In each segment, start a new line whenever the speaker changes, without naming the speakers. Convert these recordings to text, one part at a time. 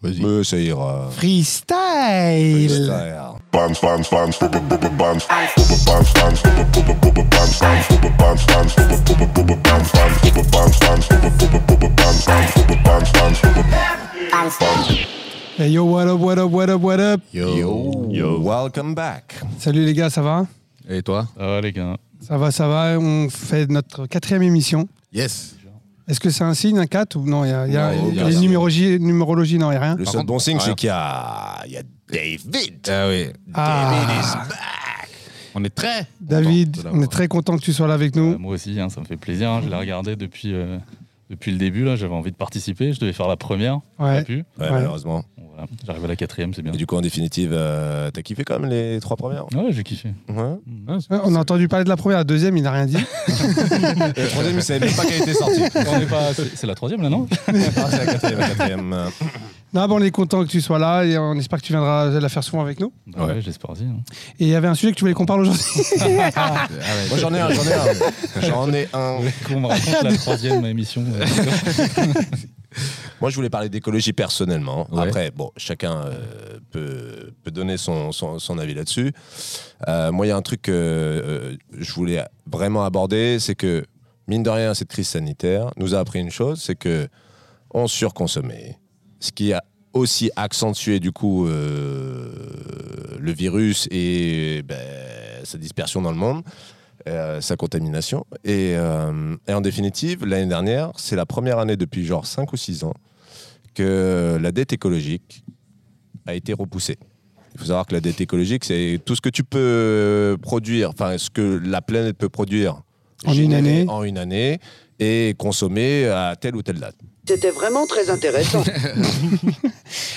Vas-y.
Mais ça ira.
Freestyle.
Freestyle.
Hey yo, what up, what up, what up, what up.
Yo.
Yo. Welcome back.
Salut les gars, ça va
Et toi
Ça va, les gars.
Ça va, ça va. On fait notre quatrième émission.
Yes.
Est-ce que c'est un signe, un 4 ou non Il y a, il y a-
Non, il y a
les
rien.
numérologie- numérologie, non, il n'y a rien.
Le
Par
seul
contre,
bon signe,
rien.
c'est qu'il y a, il y a David.
Ah oui.
Ah,
On est très.
David,
content de
on est
l'avoir.
très content que tu sois là avec nous.
Euh, moi aussi, hein, ça me fait plaisir. hein. Je l'ai regardé depuis, euh, depuis le début. Là, J'avais envie de participer. Je devais faire la première. J'ai
Ouais.
pas pu.
Ouais,
Ouais.
malheureusement.
Bon, voilà. J'arrive à la quatrième, c'est bien.
Et du coup, en définitive, euh, t'as kiffé quand même les trois premières
Ouais, j'ai kiffé.
Ouais.
Ouais, On a entendu parler de la première, la deuxième, il n'a rien dit.
Et la troisième, il savait même pas qu'elle était sortie.
On est pas- C'est c'est la troisième, là, non
Ah, c'est la quatrième, la quatrième.
Non, bon, on est content que tu sois là et on espère que tu viendras la faire souvent avec nous.
Bah Ouais, j'espère aussi. hein.
Et il y avait un sujet que tu voulais qu'on parle aujourd'hui.
Moi, j'en ai un, j'en ai un. J'en ai un.
Qu'on me raconte la troisième émission. euh,
Moi, je voulais parler d'écologie personnellement.
Ouais.
Après, bon, chacun euh, peut, peut donner son, son, son avis là-dessus. Euh, moi, il y a un truc que euh, je voulais vraiment aborder, c'est que, mine de rien, cette crise sanitaire nous a appris une chose, c'est que on surconsommait, ce qui a aussi accentué, du coup, euh, le virus et ben, sa dispersion dans le monde. euh, sa contamination. Et, euh, et en définitive, l'année dernière, c'est la première année depuis genre 5 ou 6 ans que la dette écologique a été repoussée. Il faut savoir que la dette écologique, c'est tout ce que tu peux euh, produire, enfin ce que la planète peut produire
En une
générer
année.
en une année et consommer à telle ou telle date.
C'était vraiment très intéressant.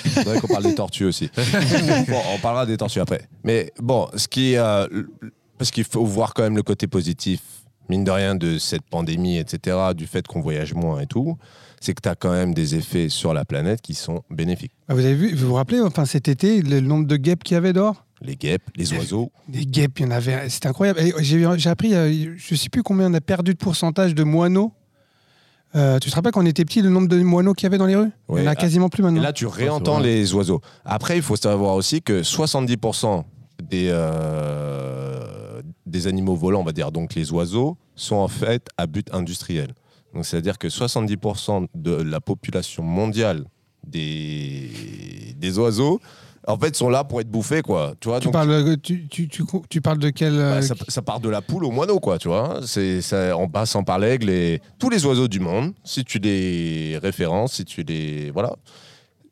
Il faudrait qu'on parle des tortues aussi. Bon, on parlera des tortues après. Mais bon, ce qui, euh, l- parce qu'il faut voir quand même le côté positif, mine de rien, de cette pandémie, etc., du fait qu'on voyage moins et tout, c'est que tu as quand même des effets sur la planète qui sont bénéfiques.
Ah, Vous avez vu, vous vous rappelez, enfin cet été, le nombre de guêpes qu'il y avait dehors
Les guêpes, les oiseaux.
Des guêpes, il y en avait, c'était incroyable. Et J'ai j'ai appris, euh, je ne sais plus combien on a perdu de pourcentage de moineaux. Euh, tu te rappelles quand on était petit, le nombre de moineaux qu'il y avait dans les rues Il
Ouais,
n'y en
ah,
a quasiment plus
Et
maintenant.
là, tu réentends les oiseaux. Après, il faut savoir aussi que 70% des, euh, des animaux volants, on va dire, donc les oiseaux, sont en fait à but industriel. Donc, c'est-à-dire que 70% de la population mondiale des, des oiseaux, en fait, sont là pour être bouffés, quoi. Tu vois,
tu,
donc,
parles, euh, tu, tu- tu- tu parles de quel. euh,
bah, ça, ça part de la poule au moineau, quoi, tu vois. C'est, ça, on passe en par l'aigle et tous les oiseaux du monde, si tu les références, si tu les. Voilà.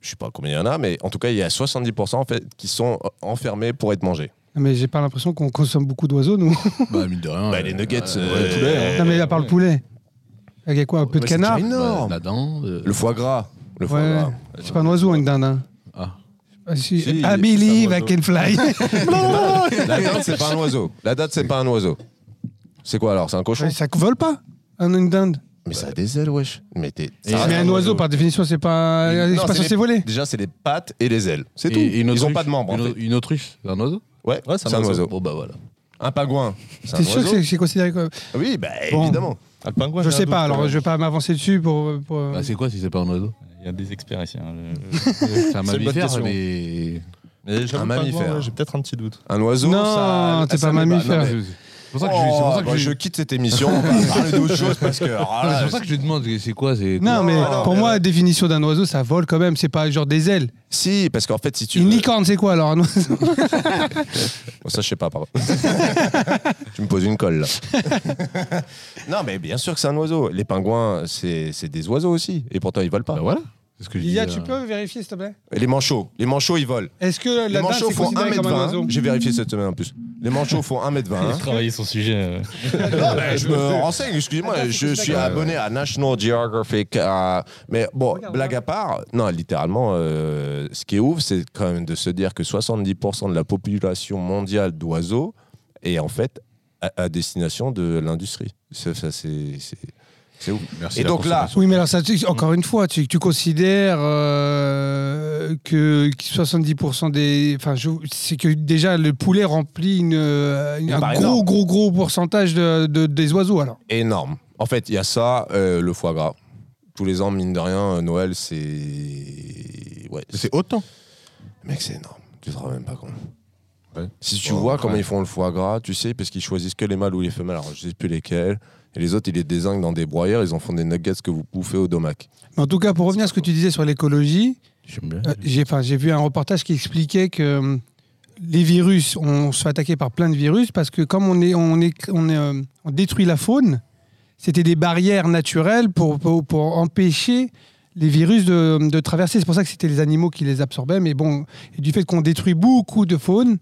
Je sais pas combien il y en a, mais en tout cas, il y a 70% en fait qui sont euh, enfermés pour être mangés.
Mais j'ai pas l'impression qu'on consomme beaucoup d'oiseaux, nous.
Bah, mine de rien.
Bah, les nuggets,
euh,
euh,
le poulet, hein.
non, mais à part le poulet. Il y a quoi Un peu de
Ouais, c'est
canard
déjà énorme.
Bah, La dinde. euh,
Le foie gras. Le foie
Ouais.
gras.
C'est pas un oiseau, une dinde. hein.
Ah.
Ah, si.
Si,
I
c'est
believe
un
I
oiseau.
can fly.
La date, c'est pas un oiseau. La date, c'est pas un oiseau. C'est quoi alors C'est un cochon
Ouais, ça vole pas, un- une dinde.
Mais ça a des ailes, wesh. Mais, t'es- ça reste
mais un euh, oiseau, par définition, c'est
Non,
pas. c'est pas
c'est
censé
les-
voler.
Déjà, c'est les pattes et les ailes. C'est
et-
tout.
et une
Ils ont
autruche.
pas de membres. en
Une,
fait.
au- une autruche, c'est un oiseau
Ouais, c'est un oiseau.
Bon, bah voilà.
Un pingouin. C'est
T'es
un
sûr que
oiseau.
c'est- c'est considéré comme.
Oui, bah,
Bon.
évidemment.
je sais pas, alors je vais pas m'avancer dessus pour. pour-
Bah, c'est quoi si c'est pas un oiseau
Il y a des experts ici. hein, le-
C'est un
bonne
mammifère,
question.
mais.
Un
un
mammifère.
mammifère. J'ai peut-être un petit doute.
Un oiseau,
Non,
ça.
t'es
ça
pas
me bat.
mammifère.
Non, mais-
C'est pour ça que je- c'est pour ça
Oh,
que
bah,
je-
je quitte cette émission. On va parler d'autre chose parce que. alors
Ah,
là,
c'est pour ça que je lui demande c'est quoi c'est
non, mais
non,
pour
mais-
moi, la définition d'un oiseau, ça vole quand même. C'est pas genre des ailes.
Si, parce qu'en fait, si tu.
une
veux-
licorne, c'est quoi alors un oiseau
Bon, ça, je sais pas, pardon. tu me poses une colle, là. non, mais bien sûr que c'est un oiseau. Les pingouins, c'est c'est des oiseaux aussi. Et pourtant, ils volent pas.
Bah, voilà. C'est ce que je
Lilia,
dis,
tu
euh.
peux vérifier, s'il te plaît
Et les manchots, les manchots, ils volent.
Est-ce que la
les
dinde,
manchots
c'est
font
considéré comme un oiseau
1m20. J'ai vérifié cette semaine en plus. Les manchots font 1m20.
Ah.
J'ai travaillé son sujet. euh.
Ah,
Non,
ben,
mais je me renseigne, excusez-moi,
Attends,
je
c'est
suis
d'accord.
abonné à National Geographic. euh, mais bon,
Regarde,
blague à part, non, littéralement, euh, ce qui est ouf, c'est quand même de se dire que 70% de la population mondiale d'oiseaux est en fait à, à destination de l'industrie. Ça, ça, c'est. c'est- c'est ouf.
Merci,
Et
Ah, la
donc là,
consommation.
Oui, mais alors, ça, tu- encore une fois, tu, tu considères euh, que que 70% des. Enfin, je- c'est que déjà le poulet remplit une, euh, une-
Une
un
part
gros,
énorme.
gros, gros pourcentage de, de- des oiseaux, alors.
énorme. En fait, il y a ça, euh, le foie gras. Tous les ans, mine de rien, euh, Noël, c'est. ouais,
Mais c'est autant.
Mec, c'est énorme. Tu te rends même pas compte.
Ouais.
Si tu
Ouais,
vois
ouais.
comment ils font le foie gras, tu sais, parce qu'ils choisissent que les mâles ou les femelles, alors je sais plus lesquels. Et les autres, ils les désinguent dans des broyeurs, ils en font des nuggets que vous bouffez au domac.
Mais en tout cas, pour revenir à ce que tu disais sur l'écologie,
J'aime bien.
euh, j'ai enfin, j'ai vu un reportage qui expliquait que euh, les virus, on se fait attaquer par plein de virus parce que comme on, est, on, est, on, est, euh, on détruit la faune, c'était des barrières naturelles pour, pour, pour empêcher les virus de, de traverser. C'est pour ça que c'était les animaux qui les absorbaient. Mais bon, et du fait qu'on détruit beaucoup de faune,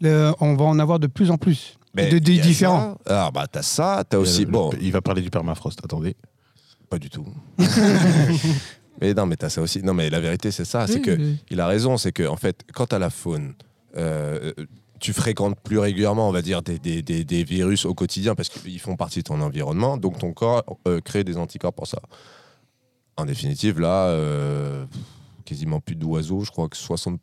le- on va en avoir de plus en plus.
Mais
de, de-
il y a
différents.
ça. Alors, bah, t'as ça, t'as aussi.
Le-
Bon,
le- Il va parler du permafrost, attendez.
pas du tout. mais non, mais t'as ça aussi. Non, mais la vérité, c'est ça. C'est que il a raison, c'est que en fait, quand à la faune, euh, tu fréquentes plus régulièrement, on va dire, des, des- des- des virus au quotidien parce qu'ils font partie de ton environnement, donc ton corps euh, crée des anticorps pour ça. En définitive, là, euh, quasiment plus d'oiseaux, je crois que 60%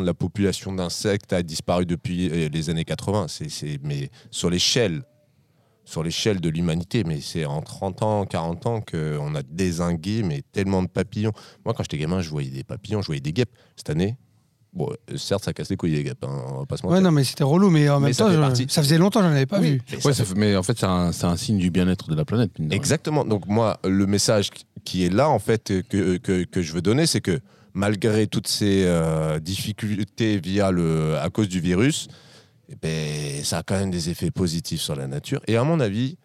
de la population d'insectes a disparu depuis euh, les années 80. C'est, c'est- mais sur l'échelle, sur l'échelle de l'humanité, mais c'est en 30 ans, 40 ans qu'on a désingué mais tellement de papillons. Moi, quand j'étais gamin, je voyais des papillons, je voyais des guêpes. Cette année, bon, euh, certes, ça casse les couilles, les guêpes, hein, on va pas se mentir.
Ouais, non, mais c'était relou, mais en
Mais
même
ça
temps,
fait
je-
partie.
ça faisait longtemps que j'en avais pas
Oui,
vu.
mais ça
Ouais, ça fait- mais en fait, c'est un, c'est un signe du bien-être de la planète. mine de rien.
Exactement. Donc moi, le message qui est là, en fait, euh, que, que, que je veux donner, c'est que malgré toutes ces euh, difficultés via le, à cause du virus, eh ben, ça a quand même des effets positifs sur la nature. Et à mon avis,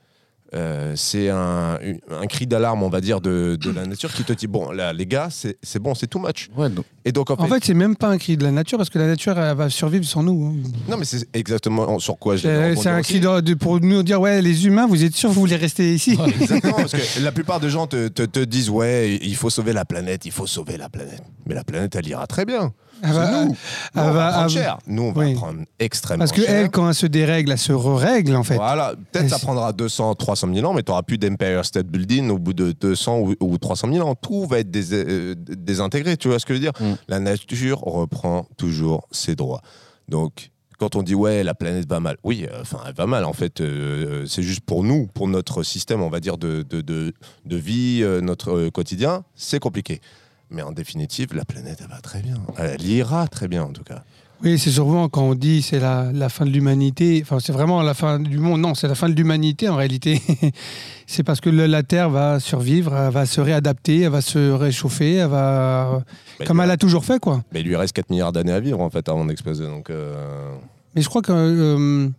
euh, c'est un, un cri d'alarme, on va dire, de, de la nature qui te dit, bon, là, les gars, c'est c'est bon, c'est too much.
Ouais, donc,
Et donc, en fait,
En fait, c'est même pas un cri de la nature parce que la nature elle va survivre sans nous. hein.
non, mais c'est exactement sur quoi j'ai...
Euh, C'est un cri de- de- pour nous dire ouais, les humains, vous êtes sûrs que vous voulez rester ici
Exactement, parce que la plupart des gens te, te- te disent ouais, il faut sauver la planète, il faut sauver la planète. Mais la planète, elle ira très bien.
Elle
C'est
va-
nous. Nous,
elle
on va,
va-
prendre
elle-
cher. Nous, on va
oui.
prendre extrêmement
ah bah, Parce que
cher.
elle, quand elle se dérègle, elle se re-règle en fait.
Voilà, peut-être ça
Elle-
prendra 200, 300 000 ans, mais tu n'auras plus d'Empire State Building au bout de 200 ou, ou 300 000 ans. Tout va être dés- euh, désintégré, tu vois ce que je veux dire
Mm.
La nature reprend toujours ses droits. Donc, quand on dit ouais, la planète va mal, oui, euh, enfin, elle va mal en fait. euh, euh, c'est juste pour nous, pour notre système, on va dire, de, de, de, de vie, euh, notre euh, quotidien, c'est compliqué. Mais en définitive, la planète, elle va très bien. Elle ira très bien en tout cas.
Oui, c'est souvent quand on dit c'est la, la fin de l'humanité, enfin c'est vraiment la fin du monde, non, c'est la fin de l'humanité en réalité. c'est parce que le- la Terre va survivre, elle va se réadapter, elle va se réchauffer, elle va...
Mais
comme
Bah, il, lui-
elle a toujours fait quoi.
mais il lui reste 4 milliards d'années à vivre en fait avant d'exploser. Donc. euh,
Mais je crois que, euh,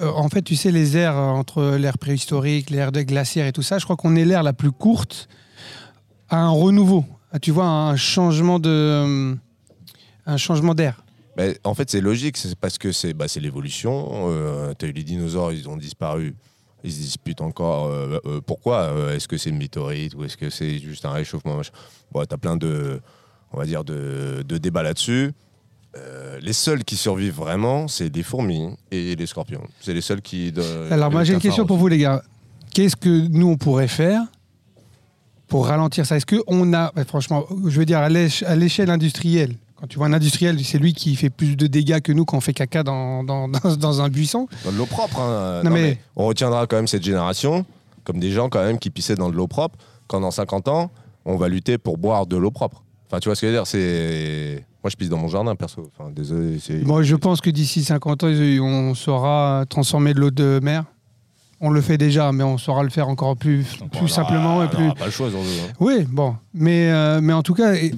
euh, en fait, tu sais, les aires euh, entre l'ère préhistorique, l'ère des glaciaires et tout ça, je crois qu'on est l'ère la plus courte à un renouveau, à, tu vois, un changement de, euh, un changement d'air.
Ben, en fait, c'est logique, c'est parce que c'est bah, c'est l'évolution. Euh, T'as eu les dinosaures, ils ont disparu. Ils se disputent encore euh, euh, pourquoi. euh, est-ce que c'est une météorite ou est-ce que c'est juste un réchauffement machin Bon, t'as plein de, on va dire, de, de débats là-dessus. Euh, les seuls qui survivent vraiment, c'est des fourmis et les scorpions. C'est les seuls qui. de-
Alors,
les
moi, j'ai une
cafards
question pour
aussi.
vous, les gars. Qu'est-ce que nous on pourrait faire pour ralentir ça Est-ce que on a, bah, franchement, je veux dire à l'éche- à l'échelle industrielle, quand tu vois un industriel, c'est lui qui fait plus de dégâts que nous quand on fait caca dans- dans- dans, dans un buisson.
Dans de l'eau propre. hein.
Non,
Non, mais...
mais-
on retiendra quand même cette génération comme des gens quand même qui pissaient dans de l'eau propre. Quand dans 50 ans, on va lutter pour boire de l'eau propre. Enfin, tu vois ce que je veux dire C'est moi, je pisse dans mon jardin perso. Enfin, désolé. c'est-
Moi, je pense que d'ici 50 ans, ils- on saura transformer de l'eau de mer. On le fait déjà, mais on saura le faire encore plus,
Bon,
plus
on aura-
simplement et
on
plus.
aura pas le choix. aujourd'hui, hein.
Oui, bon. Mais, euh, mais en tout cas, et-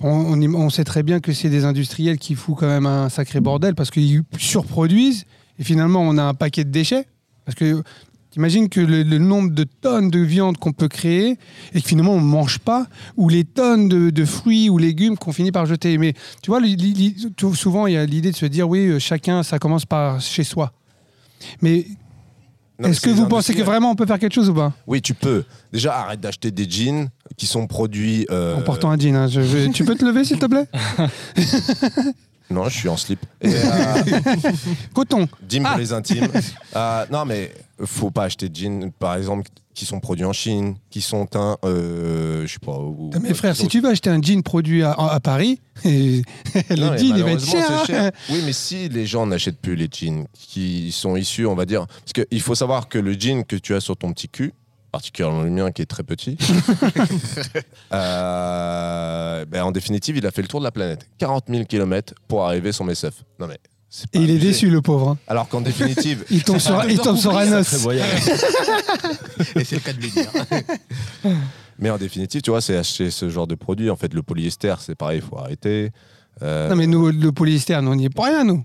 on, on y- on sait très bien que c'est des industriels qui foutent quand même un sacré bordel parce qu'ils surproduisent et finalement, on a un paquet de déchets. Parce que t'imagines que le, le nombre de tonnes de viande qu'on peut créer et que finalement, on ne mange pas, ou les tonnes de, de fruits ou légumes qu'on finit par jeter. Mais tu vois, li- li- li- tout- souvent, il y a l'idée de se dire oui, euh, chacun, ça commence par chez soi. Mais
Non, mais
est-ce
c'est les
que vous pensez que
industriels.
vraiment on peut faire quelque chose ou pas
Oui, tu peux. Déjà, arrête d'acheter des jeans qui sont produits. euh,
En portant un jean. hein, je- je- tu peux te lever, s'il te plaît
Non, je suis en slip. Et, euh,
Coton.
Dim pour les intimes. Euh, non, mais faut pas acheter de jeans, par exemple, qui sont produits en Chine, qui sont teints, euh, je sais pas. où-
Non, mais frère,
qui
si
sont-
tu veux acheter un jean produit à, à Paris, le
Non, mais
jean, il va être
malheureusement,
cher. hein.
c'est cher. Oui, mais si les gens n'achètent plus les jeans qui sont issus, on va dire, parce qu'il faut savoir que le jean que tu as sur ton petit cul, particulièrement le mien qui est très petit. Euh, ben, en définitive, il a fait le tour de la planète. 40 000 km pour arriver sur mes seufs. Non Ah, mais. Ah, c'est pas
Et il est
abusé.
déçu, le pauvre. hein.
Alors qu'en définitive,
Il tombe sur, il tombe sur Anos.
Et c'est le cas de le dire.
mais en définitive, tu vois, c'est acheter ce genre de produit. En fait, le polyester, c'est pareil, il faut arrêter. Euh,
Non, mais nous, le polyester, nous, on n'y est pour rien, nous.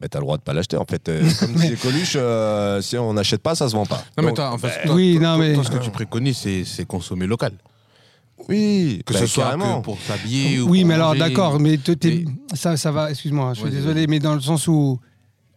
Mais t'as le droit de pas l'acheter en fait. Euh, Comme disait Coluche, euh, si on n'achète pas, ça se vend pas.
Non, mais
Donc,
toi, en fait,
bah,
toi,
oui,
toi-
non,
toi,
mais-
toi, ce que tu préconises, c'est- c'est consommer local.
oui,
Que
ben,
bah,
ce soit
carrément.
que pour s'habiller ou
Oui,
pour
mais alors
manger.
d'accord, mais toi, t'es-
Et-
ça, ça va, excuse-moi, je suis
Vas-y,
désolé, mais dans le sens où,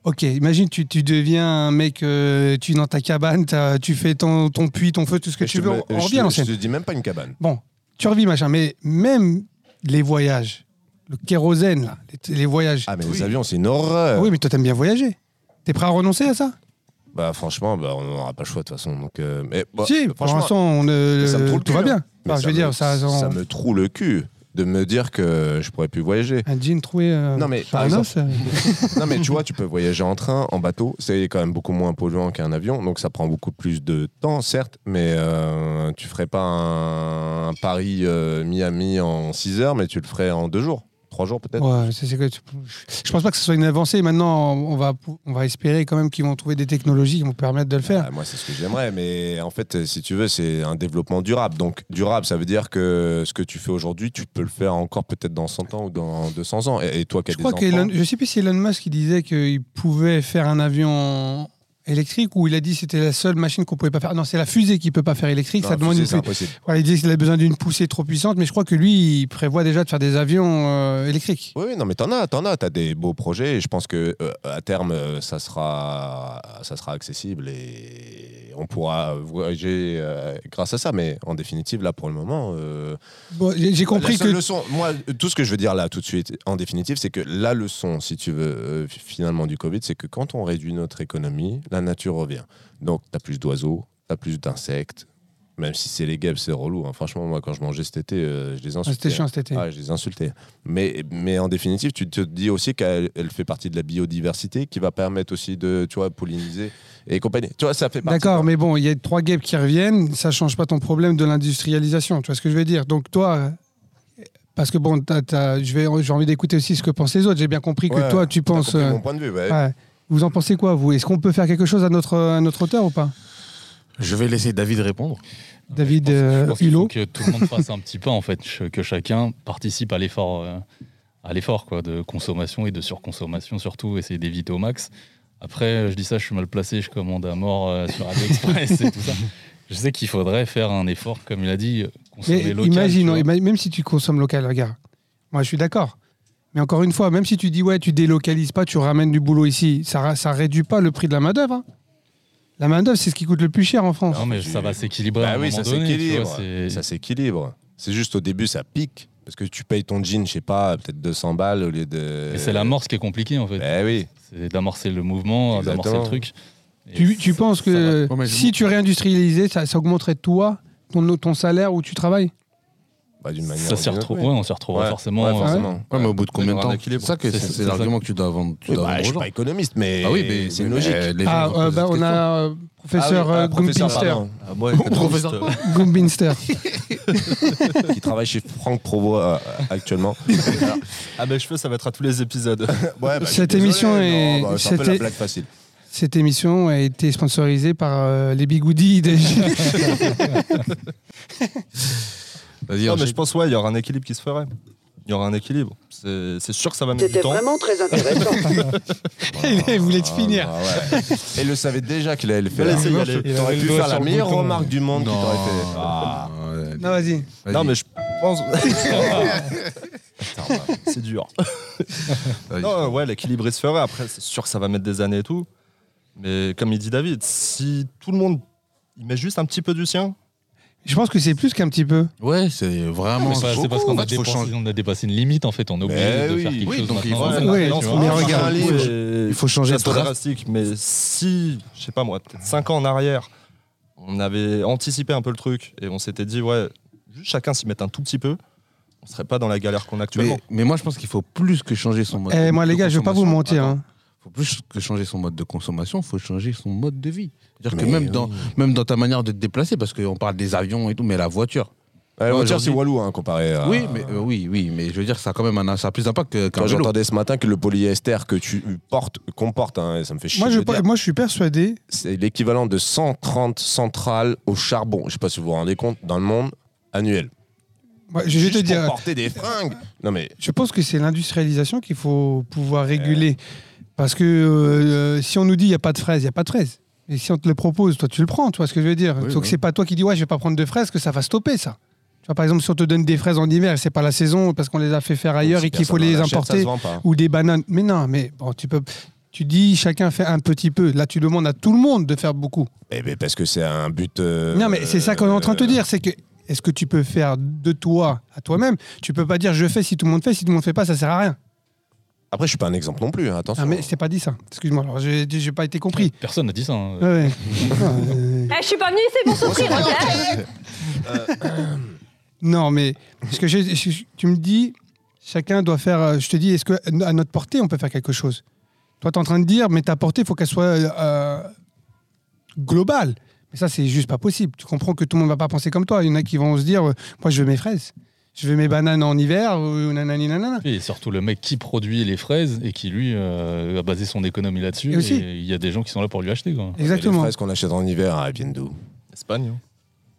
ok, imagine tu, tu deviens un mec, euh, tu es dans ta cabane, t'as- tu fais ton, ton puits, ton feu, tout ce que
Mais
tu
je te
veux,
mets-
on
je
revient
te-
à
Je
l'ancienne.
te dis même pas une cabane.
Bon, tu revis machin, mais même les voyages, le kérosène, là, les, les voyages.
Ah mais les avions, c'est une horreur.
oui, mais toi t'aimes bien voyager. T'es prêt à renoncer à ça
Bah franchement, bah, on n'aura pas le choix de toute façon. Donc, euh, mais, bah,
Si, pour
franchement,
l'instant, on, euh,
mais ça me trouve le
tout va
cul,
bien.
hein. mais
Enfin, je veux
me-
dire, ça, on-
ça me troue le cul de me dire que je pourrais plus voyager.
un jean troué. euh,
Non, mais
sur
par
un
exemple-
os, euh,
non mais tu vois, tu peux voyager en train, en bateau, c'est quand même beaucoup moins polluant qu'un avion, donc ça prend beaucoup plus de temps, certes, mais euh, tu ferais pas un, un Paris-Miami en 6 heures, mais tu le ferais en 2 jours, 3 jours peut-être.
Ouais, c'est- c'est que tu- je pense pas que ce soit une avancée. Maintenant, on va, on va espérer quand même qu'ils vont trouver des technologies qui vont permettre de le faire.
Ah, moi, c'est ce que j'aimerais, mais en fait, euh, si tu veux, c'est un développement durable. Donc, durable, ça veut dire que ce que tu fais aujourd'hui, tu peux le faire encore peut-être dans 100 ans ou dans 200 ans. Et, et toi qui as
Je
des
crois
enfants,
que je sais plus si Elon Musk il disait qu'il pouvait faire un avion électrique ou il a dit que c'était la seule machine qu'on pouvait pas faire. Non, c'est la fusée qui peut pas faire électrique.
non,
ça
la
demande
fusée,
une
c'est
pu-
impossible.
Voilà, il disait qu'il avait besoin d'une poussée trop puissante, mais je crois que lui, il prévoit déjà de faire des avions euh, électriques.
Oui, oui, non, mais t'en as, t'en as, t'as des beaux projets. Et je pense que euh, à terme, euh, ça sera, ça sera accessible et on pourra voyager euh, grâce à ça. Mais en définitive, là, pour le moment, euh,
Bon, j'ai j'ai compris
la seule
que
leçon, moi, tout ce que je veux dire là, tout de suite, en définitive, c'est que la leçon, si tu veux, euh, finalement, du Covid, c'est que quand on réduit notre économie, la nature revient. Donc, tu as plus d'oiseaux, tu as plus d'insectes, même si c'est les guêpes, c'est relou. hein. Franchement, moi, quand je mangeais cet été, euh, je les
Ah, c'était
insultais.
chiant cet été.
Ah, je les insultais. Mais, mais en définitive, tu te dis aussi qu'elle elle fait partie de la biodiversité qui va permettre aussi de, tu vois, polliniser et compagnie. Tu vois, ça fait partie.
D'accord, mais bon, il y a trois guêpes qui reviennent, ça change pas ton problème de l'industrialisation, tu vois ce que je veux dire. Donc toi, parce que bon, t'as- t'as- je vais- j'ai envie d'écouter aussi ce que pensent les autres, j'ai bien compris que
Ouais,
toi, tu
T'as
penses...
compris
euh,
mon point de vue, ouais.
ouais. Vous en pensez quoi, vous Est-ce qu'on peut faire quelque chose à notre, à notre hauteur ou pas
Je vais laisser David répondre.
David
Ah, Je pense- je
euh,
pense qu'il faut
Hulot
que tout le monde fasse un petit pas en fait, ch- que chacun participe à l'effort, euh, à l'effort quoi, de consommation et de surconsommation surtout, essayer d'éviter au max. Après, je dis ça, je suis mal placé, je commande à mort euh, sur AliExpress et tout ça. Je sais qu'il faudrait faire un effort, comme il a dit, consommer
Mais
local. tu
imagine,
vois.
ima- même si tu consommes local, regarde. Moi, je suis d'accord. Mais encore une fois, même si tu dis, ouais, tu délocalises pas, tu ramènes du boulot ici, ça, ra- ça réduit pas le prix de la main-d'œuvre. hein. La main-d'œuvre, c'est ce qui coûte le plus cher en France.
Non mais ça va s'équilibrer. à
Bah
un
oui,
moment
ça
donné, tu
s'équilibre.
vois, c'est-
Ça s'équilibre. C'est juste au début, ça pique. Parce que tu payes ton jean, je sais pas, peut-être 200 balles au lieu de.
Mais c'est l'amorce qui est compliquée en fait.
Bah oui.
C'est d'amorcer le mouvement,
Exactement.
d'amorcer le truc. Et
Tu, tu
ça-
penses
ça va-
que
Ouais, mais je-
si tu réindustrialisais, ça, ça augmenterait toi, ton, ton salaire où tu travailles
Bah, d'une manière.
ça s'y
ou d'une autre,
retrouve,
oui.
ouais, on s'y retrouvera
Ouais,
forcément.
ouais,
euh,
forcément.
Ouais, mais au bout de combien de temps C'est ça que
C'est-
c'est
c'est
c'est
ça.
l'argument que tu dois vendre. Tu
Oui,
dois
bah,
vendre
je
aux
suis
gens.
pas économiste, mais
Ah oui, mais
c'est
mais,
une logique.
euh, les gens
Ah,
vont se
euh,
poser
bah,
cette
on
question.
a euh, professeur
Ah oui,
euh,
un professeur,
Gumbinster.
pardon,
Ah, moi, économiste,
Professeur.
euh,
Gumbinster.
qui travaille chez Franck Provost euh, actuellement.
Ah, mes cheveux, ça va être à tous les épisodes.
Ouais, bah, je suis
Cette
désolé,
émission
non,
est-
bah, C'est un peu la
c'était-
blague facile.
Cette émission a été sponsorisée par euh, les bigoudis. des-
Vas-y,
Non, mais
enchaîne.
je pense, ouais, il y aura un équilibre qui se ferait. Il y aura un équilibre. C'est c'est sûr que ça va mettre
C'était
du temps.
vraiment très intéressant.
Il voulait te finir.
Ah, ouais. Et le savait déjà qu'il allait le faire.
Fallait essayer,
Non,
allez.
il
T'aurais
le
pu
doigt
faire
sur
la
le
meilleure
bouton.
remarque du monde qui
Non.
t'aurait fait. Ah,
Ouais,
Non, vas-y.
Euh, vas-y,
Non, mais je pense.
putain, bah,
c'est dur.
vas-y.
Non, ouais, l'équilibre il se ferait. Après, c'est sûr que ça va mettre des années et tout. Mais comme il dit David, si tout le monde il met juste un petit peu du sien,
Je pense que c'est plus qu'un petit peu.
Ouais, c'est
Non,
vraiment.
mais c'est pas- c'est parce qu'on
En
a,
fait, faut
dépassé-
changer. Ben
on a dépassé une limite en fait, on est obligé
Mais
de
oui,
faire quelque
oui,
chose.
donc il faut
maintenant.
faire-
Ouais, mais regarde,
Il faut changer
ça soit
dra-
drastique. Mais si, je sais pas moi, peut-être 5 ans en arrière, on avait anticipé un peu le truc et on s'était dit, ouais, juste chacun s'y met un tout petit peu, on serait pas dans la galère qu'on a actuellement.
Mais, mais moi, je pense qu'il faut plus que changer son mode.
Eh, moi,
de
les gars, je vais pas vous
consommation.
mentir.
Attends.
hein.
faut plus que changer son mode de consommation, faut changer son mode de vie. C'est-à-dire que
Mais
même,
oui.
dans, même dans ta manière de te déplacer, parce qu'on parle des avions et tout, mais la voiture.
Ouais, la voiture,
aujourd'hui-
c'est Walou, hein, comparé à.
Oui, mais, euh, oui, oui, mais je veux dire, ça a quand même un, ça a plus d'impact que- qu'un
Quand
vélo.
j'entendais ce matin que le polyester que tu portes, comporte, hein, et ça me fait chier.
Moi
de
je,
le dire,
moi, je suis persuadé.
c'est l'équivalent de 130 centrales au charbon. Je sais pas si vous vous rendez compte, dans le monde annuel.
Ouais, je vais te
Juste
dire.
pour porter des fringues. Non mais
Je pense que c'est l'industrialisation qu'il faut pouvoir réguler. Parce que euh, si on nous dit il n'y a pas de fraises, il n'y a pas de fraises. Et si on te le propose, toi tu le prends, tu vois ce que je veux dire.
Oui,
Donc
oui.
c'est pas toi qui dis ouais, je vais pas prendre de fraises que ça va stopper ça. Tu vois, par exemple, si on te donne des fraises en hiver, et c'est pas la saison parce qu'on les a fait faire ailleurs
si
et qu'il faut
personne
les
en achète, ça
importer
se vend pas.
ou des bananes. Mais non, mais bon, tu peux tu dis chacun fait un petit peu. Là, tu demandes à tout le monde de faire beaucoup.
Eh ben, parce que c'est un but. euh,
Non, mais c'est ça qu'on est en train de te
euh,
dire, c'est que est-ce que tu peux faire de toi à toi-même Tu peux pas dire je fais si tout le monde fait, si tout le monde fait pas, ça sert à rien.
Après, je suis pas un exemple non plus. hein, attention.
Ah mais c'est pas dit ça. Excuse-moi, alors j'ai j'ai pas été compris.
Personne n'a dit ça. hein.
Ouais, ouais. Euh,
Eh, je suis pas venue ici pour souffrir, ok
non mais parce que j'ai- j'ai- tu me dis chacun doit faire. euh, Je te dis est-ce que à notre portée on peut faire quelque chose Toi t'es en train de dire mais ta portée faut qu'elle soit euh, euh, globale. Mais ça c'est juste pas possible. Tu comprends que tout le monde va pas penser comme toi. Il y en a qui vont se dire euh, moi je veux mes fraises, je veux mes bananes en hiver ou nanani nanana.
Et surtout le mec qui produit les fraises et qui lui euh, a basé son économie là-dessus.
Et aussi-
et Il y a des gens qui sont là pour lui acheter. Quoi.
Et Les
Exactement.
fraises qu'on achète en hiver, hein, elles viennent d'où
Espagne. hein.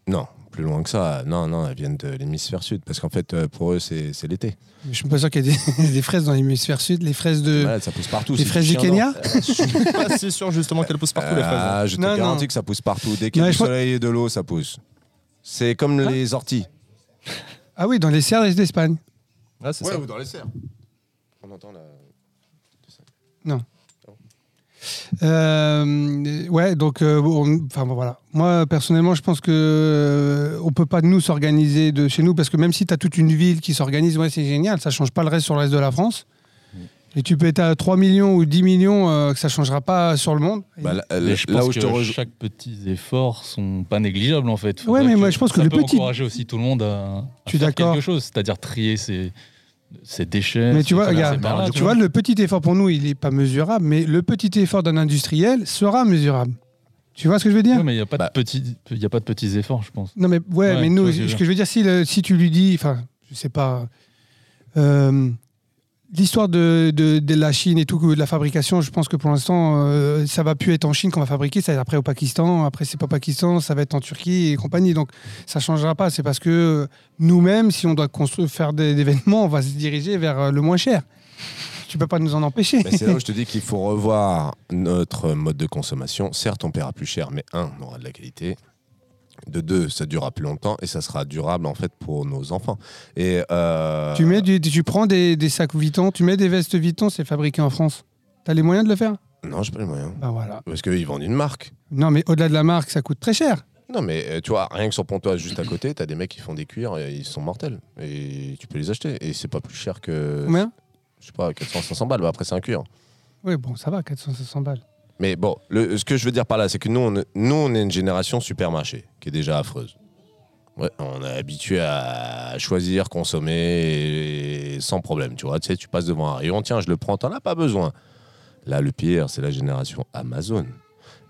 Non, plus loin que ça. Non, non, elles viennent de l'hémisphère sud. Parce qu'en fait, euh, pour eux, c'est c'est l'été.
Je suis pas sûr qu'il y ait des, des fraises dans l'hémisphère sud, les fraises de
Malade, ça pousse partout.
Euh, les
c'est
fraises du
chien, Euh,
Kenya.
Je suis pas si sûr justement qu'elle pousse
non
partout les
Euh,
fraises.
Ah, je te
Non,
garantis
non.
que ça pousse partout. Dès qu'il y a
Non,
du
je crois-
soleil et de l'eau, ça pousse. C'est comme les orties.
Ah oui, dans les serres d'Espagne.
Ah, c'est ça.
dans les serres. On entend la.
Euh, ouais, donc, euh, on- enfin bon, voilà. Moi, personnellement, je pense que euh, on peut pas nous s'organiser de chez nous parce que même si tu as toute une ville qui s'organise, ouais, c'est génial, ça change pas le reste sur le reste de la France. Et tu peux être à 3 millions ou 10 millions, euh, que ça changera pas sur le monde.
Bah, là
Mais je
là
pense
où
que
je te rejoins.
chaque petit effort sont pas négligeables en fait.
Ouais,
Faudrait
mais moi, je pense que
ça
le
peut
petit-
encourager aussi tout le monde à, à
Je suis
faire
d'accord.
quelque chose, c'est-à-dire trier ses, ses déchets.
mais tu
ses hein.
vois,
commerces
regarde,
par là,
tu vois, le petit effort pour nous, il est pas mesurable, mais le petit effort d'un industriel sera mesurable. Tu vois ce que je veux dire
Ouais, mais il n'y a, pas de
Bah.
petits- il y a pas de petits efforts, je pense.
Non, mais ouais,
Ouais,
mais
tu
nous,
vois ce que je
ce
veux
que je veux dire, si, le- si tu lui dis, enfin, je sais pas, euh, l'histoire de, de, de la Chine et tout, de la fabrication, je pense que pour l'instant, euh, ça va plus être en Chine qu'on va fabriquer, ça va être après au Pakistan, après c'est pas au Pakistan, ça va être en Turquie et compagnie. Donc ça changera pas. C'est parce que euh, nous-mêmes, si on doit construire, faire des, des vêtements, on va se diriger vers euh, le moins cher. Tu peux pas nous en empêcher.
Mais Bah, c'est là où je te dis qu'il faut revoir notre mode de consommation. Certes, on paiera plus cher, mais un, on aura de la qualité. De deux, ça durera plus longtemps et ça sera durable en fait pour nos enfants. Et euh,
Tu, mets du- tu prends des, des sacs Vuitton, tu mets des vestes Vuitton, c'est fabriqué en France. T'as les moyens de le faire
non, j'ai pas les moyens.
Ben voilà.
Parce qu'ils vendent une marque.
Non, mais au-delà de la marque, ça coûte très cher.
Non, mais euh, tu vois, rien que sur Pontoise, juste à côté, t'as des mecs qui font des cuirs et ils sont mortels. Et tu peux les acheter. Et c'est pas plus cher que.
Combien
Je sais pas, 400, 500 balles. Bah, après, c'est un cuir.
Oui, bon, ça va, 400-500 balles.
Mais bon, le- ce que je veux dire par là, c'est que nous on, nous, on est une génération supermarché, qui est déjà affreuse. Ouais, on est habitué à choisir, consommer et- sans problème. Tu vois, tu sais, tu passes devant un rayon, tiens, je le prends, t'en as pas besoin. Là, le pire, c'est la génération Amazon.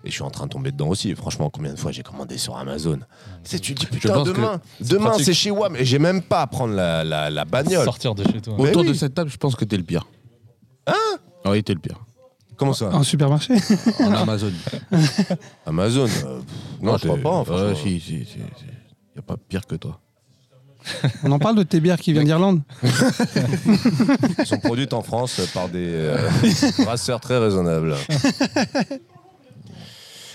Et je suis en train de tomber dedans aussi. Franchement, combien de fois j'ai commandé sur Amazon Tu sais, tu te dis, putain,
pense que
demain, demain
pratique.
c'est chez WAM. Et j'ai même pas à prendre la, la, la bagnole.
Sortir de chez toi.
Mais
Autour de
oui.
cette table, je pense que t'es le pire. Hein Oui, t'es le pire.
Comment ça
En supermarché
En Amazon.
Amazon euh, pff, Non, je
Ah, t'es-
crois pas. franchement.
Ouais, si, si, si. Il n'y a pas pire que toi.
On en parle de tes bières qui viennent d'Irlande
Elles sont produites en France par des euh, brasseurs très raisonnables.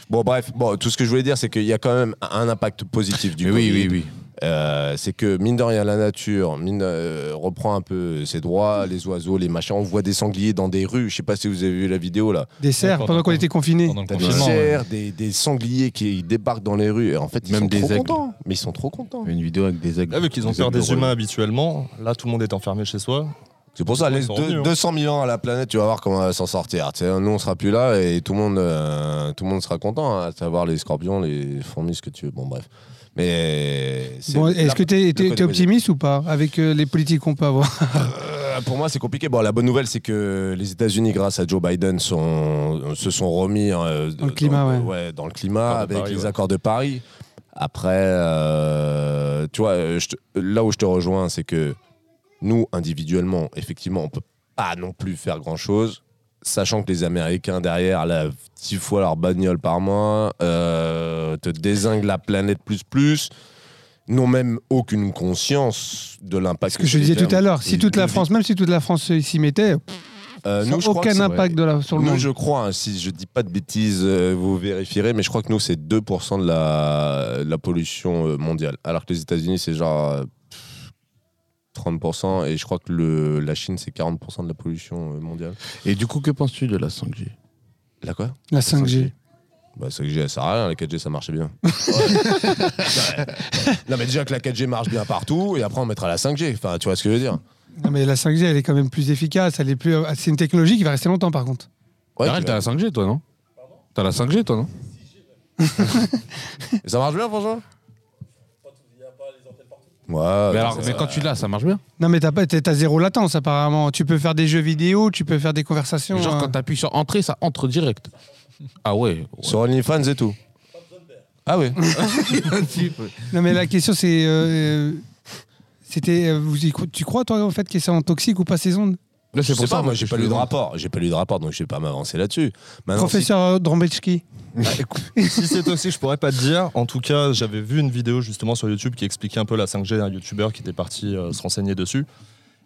Bon, bref, bon, tout ce que je voulais dire, c'est qu'il y a quand même un impact positif du
Mais oui,
Covid.
oui, oui.
Euh, c'est que, mine de rien, la nature mine, euh, reprend un peu ses droits, les oiseaux, les machins. On voit des sangliers dans des rues. Je sais pas si vous avez vu la vidéo, là.
Des serres,
pendant
pendant qu'on
qu'on-
était confinés.
Pendant le
T'as des
confinement. ouais.
cerfs, des, des sangliers qui débarquent dans les rues. Et en fait, ils
Même
sont
des
trop
aigles.
contents. Mais ils sont trop contents.
Une vidéo avec des aigles.
Là, vu qu'ils ont peur
aigles
des
heureux.
humains habituellement, là tout le monde est enfermé chez soi.
C'est pour ça,
Ils
laisse
sont
deux-
revenus, hein.
200 000 ans à la planète, tu vas voir comment on va s'en sortir. Tu sais, nous, on sera plus là et tout le monde, euh, tout le monde sera content, hein, à savoir les scorpions, les fourmis, ce que tu veux. Bon, bref. Mais. c'est
Bon, Est-ce
la-
que tu es,
le côté
optimiste ou pas avec euh, les politiques qu'on peut avoir
positif. Euh, pour moi, c'est compliqué. Bon, la bonne nouvelle, c'est que les États-Unis, grâce à Joe Biden, sont, se sont remis euh,
Dans le climat, ouais.
dans le climat
Accord de
avec
Paris,
les
ouais.
accords de Paris. Après, euh, tu vois, euh, je te- là où je te rejoins, c'est que nous, individuellement, effectivement, on peut pas non plus faire grand-chose, sachant que les Américains derrière lavent 10 fois leur bagnole par mois, euh, te désinguent la planète plus plus, n'ont même aucune conscience de l'impact.
Ce que je disais tout à l'heure, si toute la France, même si toute la France s'y mettait,
Euh,
ça
nous,
n'a
je crois que
aucun
c'est-
impact de la, sur le
Nous,
monde.
je crois, hein, si je dis pas de bêtises, euh, vous vérifierez, mais je crois que nous, c'est 2% de la, de la pollution euh, mondiale. Alors que les États-Unis, c'est genre euh, pff, 30%, et je crois que le, la Chine, c'est 40% de la pollution euh, mondiale.
Et du coup, que penses-tu de la 5G
La quoi
La 5G.
Bah, 5G, elle sert à rien, la 4G, ça marchait bien. non, mais déjà que la 4G marche bien partout, et après, on mettra la 5G. Enfin, tu vois ce que je veux dire
Non, mais la 5G, elle est quand même plus efficace. Elle est plus. euh, C'est une technologie qui va rester longtemps, par contre.
Ouais,
Darrel,
tu
Ah, t'as la 5G, toi, non T'as la 5G, toi, non
vois. Et ça marche bien, franchement Ouais,
mais,
non,
alors,
c'est
mais
ça.
quand tu l'as, Ah, ça marche bien.
Non, mais t'as pas, t'es- t'as zéro latence apparemment. Tu peux faire des jeux vidéo, tu peux faire des conversations.
Genre,
hein.
quand t'appuies sur entrée, ça entre direct. Ah ouais.
Sur OnlyFans et tout.
Ah ouais.
Non, mais la question c'est, euh, euh, c'était, euh, vous y cro- tu crois toi au fait que c'est en toxique ou pas ces ondes
Là,
Je sais pas, moi
que
j'ai
hein, je
pas
te
lu de
demande.
rapport, j'ai pas lu de rapport donc je vais pas m'avancer là-dessus. Maintenant,
Professeur euh, Drombetsky.
si c'est toxique, je pourrais pas te dire. En tout cas, j'avais vu une vidéo justement sur YouTube qui expliquait un peu la 5G, un youtubeur qui était parti euh, se renseigner dessus.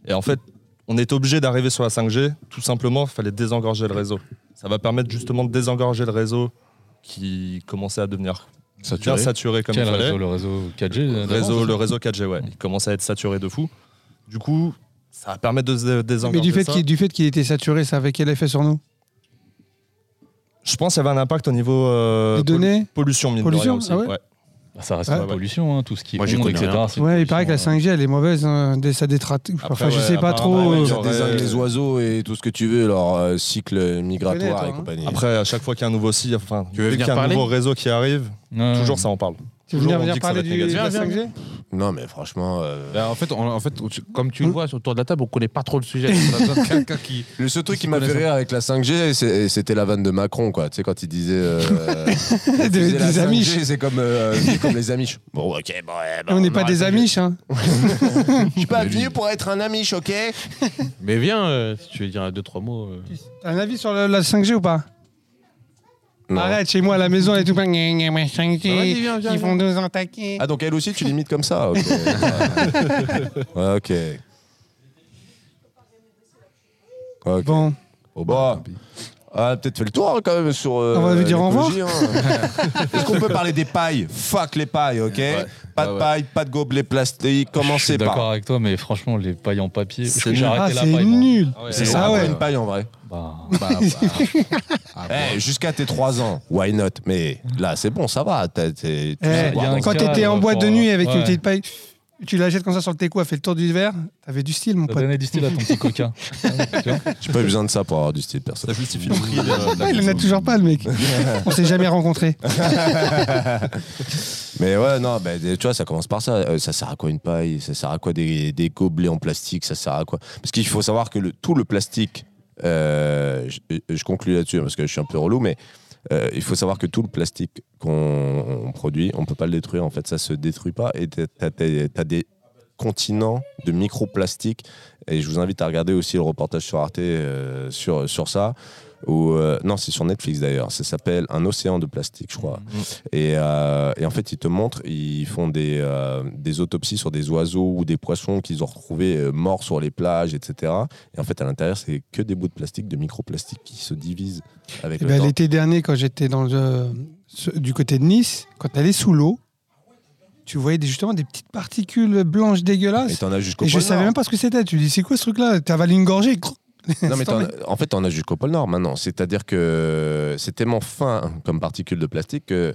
Et en fait, on est obligé d'arriver sur la 5G, tout simplement, il fallait désengorger le réseau. Ça va permettre justement de désengorger le réseau qui commençait à devenir bien saturé comme
Quel
il fallait.
réseau Le réseau 4G d'abord,
Réseau-
c'est
le
ça
réseau 4G,
Mmh.
ouais, il commençait à être saturé de fou. Du coup, ça va permettre de se désengorger
Mais du fait
ça.
qu'il, du fait qu'il était saturé, ça avait quel effet sur nous
Je pense qu'il y avait un impact au niveau euh,
Les données.
pollu- pollution, mine de rien
Pollution,
aussi.
ah ouais
Ouais.
Bah, Ça reste
Ouais.
la pollution, hein, tout ce qui est
Moi, j'y
ondes,
connais
etc.
rien.
c'est une
Ouais, il paraît que la
pollution,
5G elle est mauvaise, hein, des- ça détrate. Enfin, je
ouais,
sais pas
apparemment,
trop.
ouais,
euh,
il y
ça
aura-
désingue les oiseaux et tout ce que tu veux, leur euh, cycle
connais,
migratoire
toi,
et
hein.
compagnie.
Après, à chaque fois qu'il y a un nouveau site, enfin,
Tu veux
dès
venir
qu'il y a un
parler
nouveau réseau qui arrive,
euh,
Hmm.
ouais.
toujours ça en parle.
Tu veux venir,
Toujours, on
venir
dit que ça
parler
va
du,
être négatif.
de la 5G
non mais franchement, euh,
Bah, en fait, on- en fait tu- comme tu le
Hmm.
vois sur le tour de la table, on connaît pas trop le sujet. On a besoin de quelqu'un qui.
le seul truc qui m'a fait rire avec la 5G, c'est- c'était la vanne de Macron quoi. Tu sais quand il disait euh, il
Des-
disait la
des
5G,
Amish.
c'est comme euh, c'est comme les Amish. Bon ok, bon, eh, ben,
On n'est pas
aura
des
la 5G.
amiches, hein.
Je suis pas
Mais lui-
venu pour être un Amish, ok
Mais viens, euh, si tu veux dire deux, trois mots. euh.
T'as un avis sur le- la 5G ou pas
Non.
Arrête, chez moi à la maison elle est tout. Gna, gna, gna,
Ah,
5G,
vas-y, viens, viens,
ils
viens.
vont nous attaquer.
Ah donc elle aussi tu limites comme ça. Ok. Ouais, ok. Ok.
Bon,
Bon, bah, on a peut-être fait le tour hein, quand même sur. euh,
On va lui dire au revoir.
l'écologie, hein. Est-ce qu'on peut parler des pailles Fuck les pailles, ok Pas de
Ouais, ouais.
pailles, pas de gobelets plastiques,
Je suis
commencez
d'accord
par.
avec toi, mais franchement, les pailles en papier,
C'est
j'ai
nul.
ah,
arrêté la
c'est
paille. moi.
nul.
C'est
Ah
ça,
ouais.
ouais. une paille en vrai.
Bah,
Bah, bah, ah, bah.
Eh, Jusqu'à tes 3 ans, why not Mais là, c'est bon, ça va. t'as- t'es- tu
Eh,
sais
il y a
boire
un
dans-
quand
cas,
t'étais en
euh,
boîte de
pour-
nuit avec une
ouais.
petite paille, tu la jettes comme ça sur le téco, elle fait le tour du verre. T'avais du style, mon
t'as
pote.
donné du style à ton petit coquin. Ah Tu vois Bah,
J'ai pas eu besoin de ça pour avoir du style perso.
Ça justifie le prix. de-
Ah, il en a toujours pas, le mec. On s'est jamais rencontrés.
Mais ouais, non, bah, tu vois, ça commence par ça. Euh, ça sert à quoi une paille Ça sert à quoi des, des gobelets en plastique Ça sert à quoi Parce qu'il faut savoir que le, tout le plastique, euh, je, je conclue là-dessus parce que je suis un peu relou, mais euh, il faut savoir que tout le plastique qu'on on produit, on peut pas le détruire. En fait, ça se détruit pas. Et t'as- t'as t'as- t'as des continents de microplastiques. Et je vous invite à regarder aussi le reportage sur Arte euh, sur, sur ça. Ou non, c'est sur Netflix d'ailleurs. Ça s'appelle Un océan de plastique, je crois.
Mm.
Et, euh, et en fait, ils te montrent, ils font des, euh, des autopsies sur des oiseaux ou des poissons qu'ils ont retrouvés euh, morts sur les plages, etc. Et en fait, à l'intérieur, c'est que des bouts de plastique, de microplastiques qui se divisent avec
Eh
le
ben,
temps.
L'été dernier, quand j'étais dans le- ce- du côté de Nice, quand t'allais sous l'eau, tu voyais des- justement des petites particules blanches
Et
dégueulasses.
t'en as jusqu'au
Et je
pôle
savais
Nord.
même pas ce que c'était. Tu dis, c'est quoi ce truc-là T'avales une gorgée. crrr.
Non, mais
Laisse tomber.
t'en- en fait, on a jusqu'au pôle Nord maintenant. C'est-à-dire que c'est tellement fin comme particule de plastique que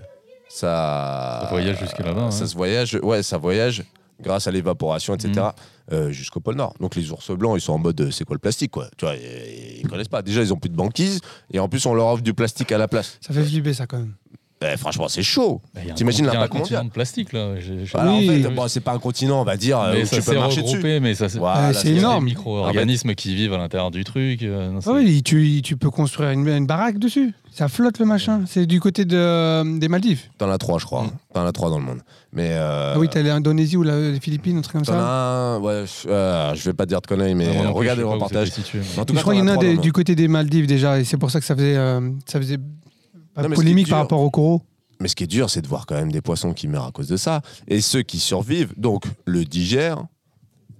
ça.
Ça voyage jusque là-bas, hein.
Ça
ouais.
se voyage, ouais, ça voyage grâce à l'évaporation, etc.
Mm.
euh, jusqu'au pôle Nord. Donc les ours blancs, ils sont en mode euh, c'est quoi le plastique, quoi. Tu vois, ils, ils connaissent pas. Déjà, ils ont plus de banquise et en plus, on leur offre du plastique à la place.
Ça fait flipper, ça, quand même.
Eh, franchement, c'est chaud.
Bah, il y a un
T'imagines
con- il y a un
l'impact
continent
mondial
de plastique là. J'ai- j'ai-
Voilà,
Oui.
en fait, bon, c'est pas un continent, on va dire,
Mais
euh, où
ça
tu peux
s'est
marcher
regroupé,
dessus.
mais ça s'est-
Voilà,
Ouais, Eh, c'est
Il y a
énorme.
des micro-organismes qui vivent à l'intérieur du truc. euh, non, c'est-
Ah oui, tu, tu peux construire une, une baraque dessus. Ça flotte le machin. C'est du côté de, des Maldives.
T'en as trois, je crois.
Mm.
T'en as trois dans le monde. Mais. euh,
Ah oui, t'as l'Indonésie ou la- les Philippines, un truc comme
T'en as
ça.
un, ouais, je, euh, je vais pas dire de conneries, mais
Ah, moi non plus,
regardez
je
le
sais pas où
reportage.
c'était situé, mais-
En tout
Je
cas,
crois
t'en
qu'il
as
y en a
trois
des-
dans le
du côté des Maldives déjà, et c'est pour ça que ça faisait, euh, ça faisait pas
Non, mais ce qui est
polémique par
dur-
rapport au coraux.
Mais ce qui est dur, c'est de voir quand même des poissons qui meurent à cause de ça. Et ceux qui survivent, donc, le digèrent.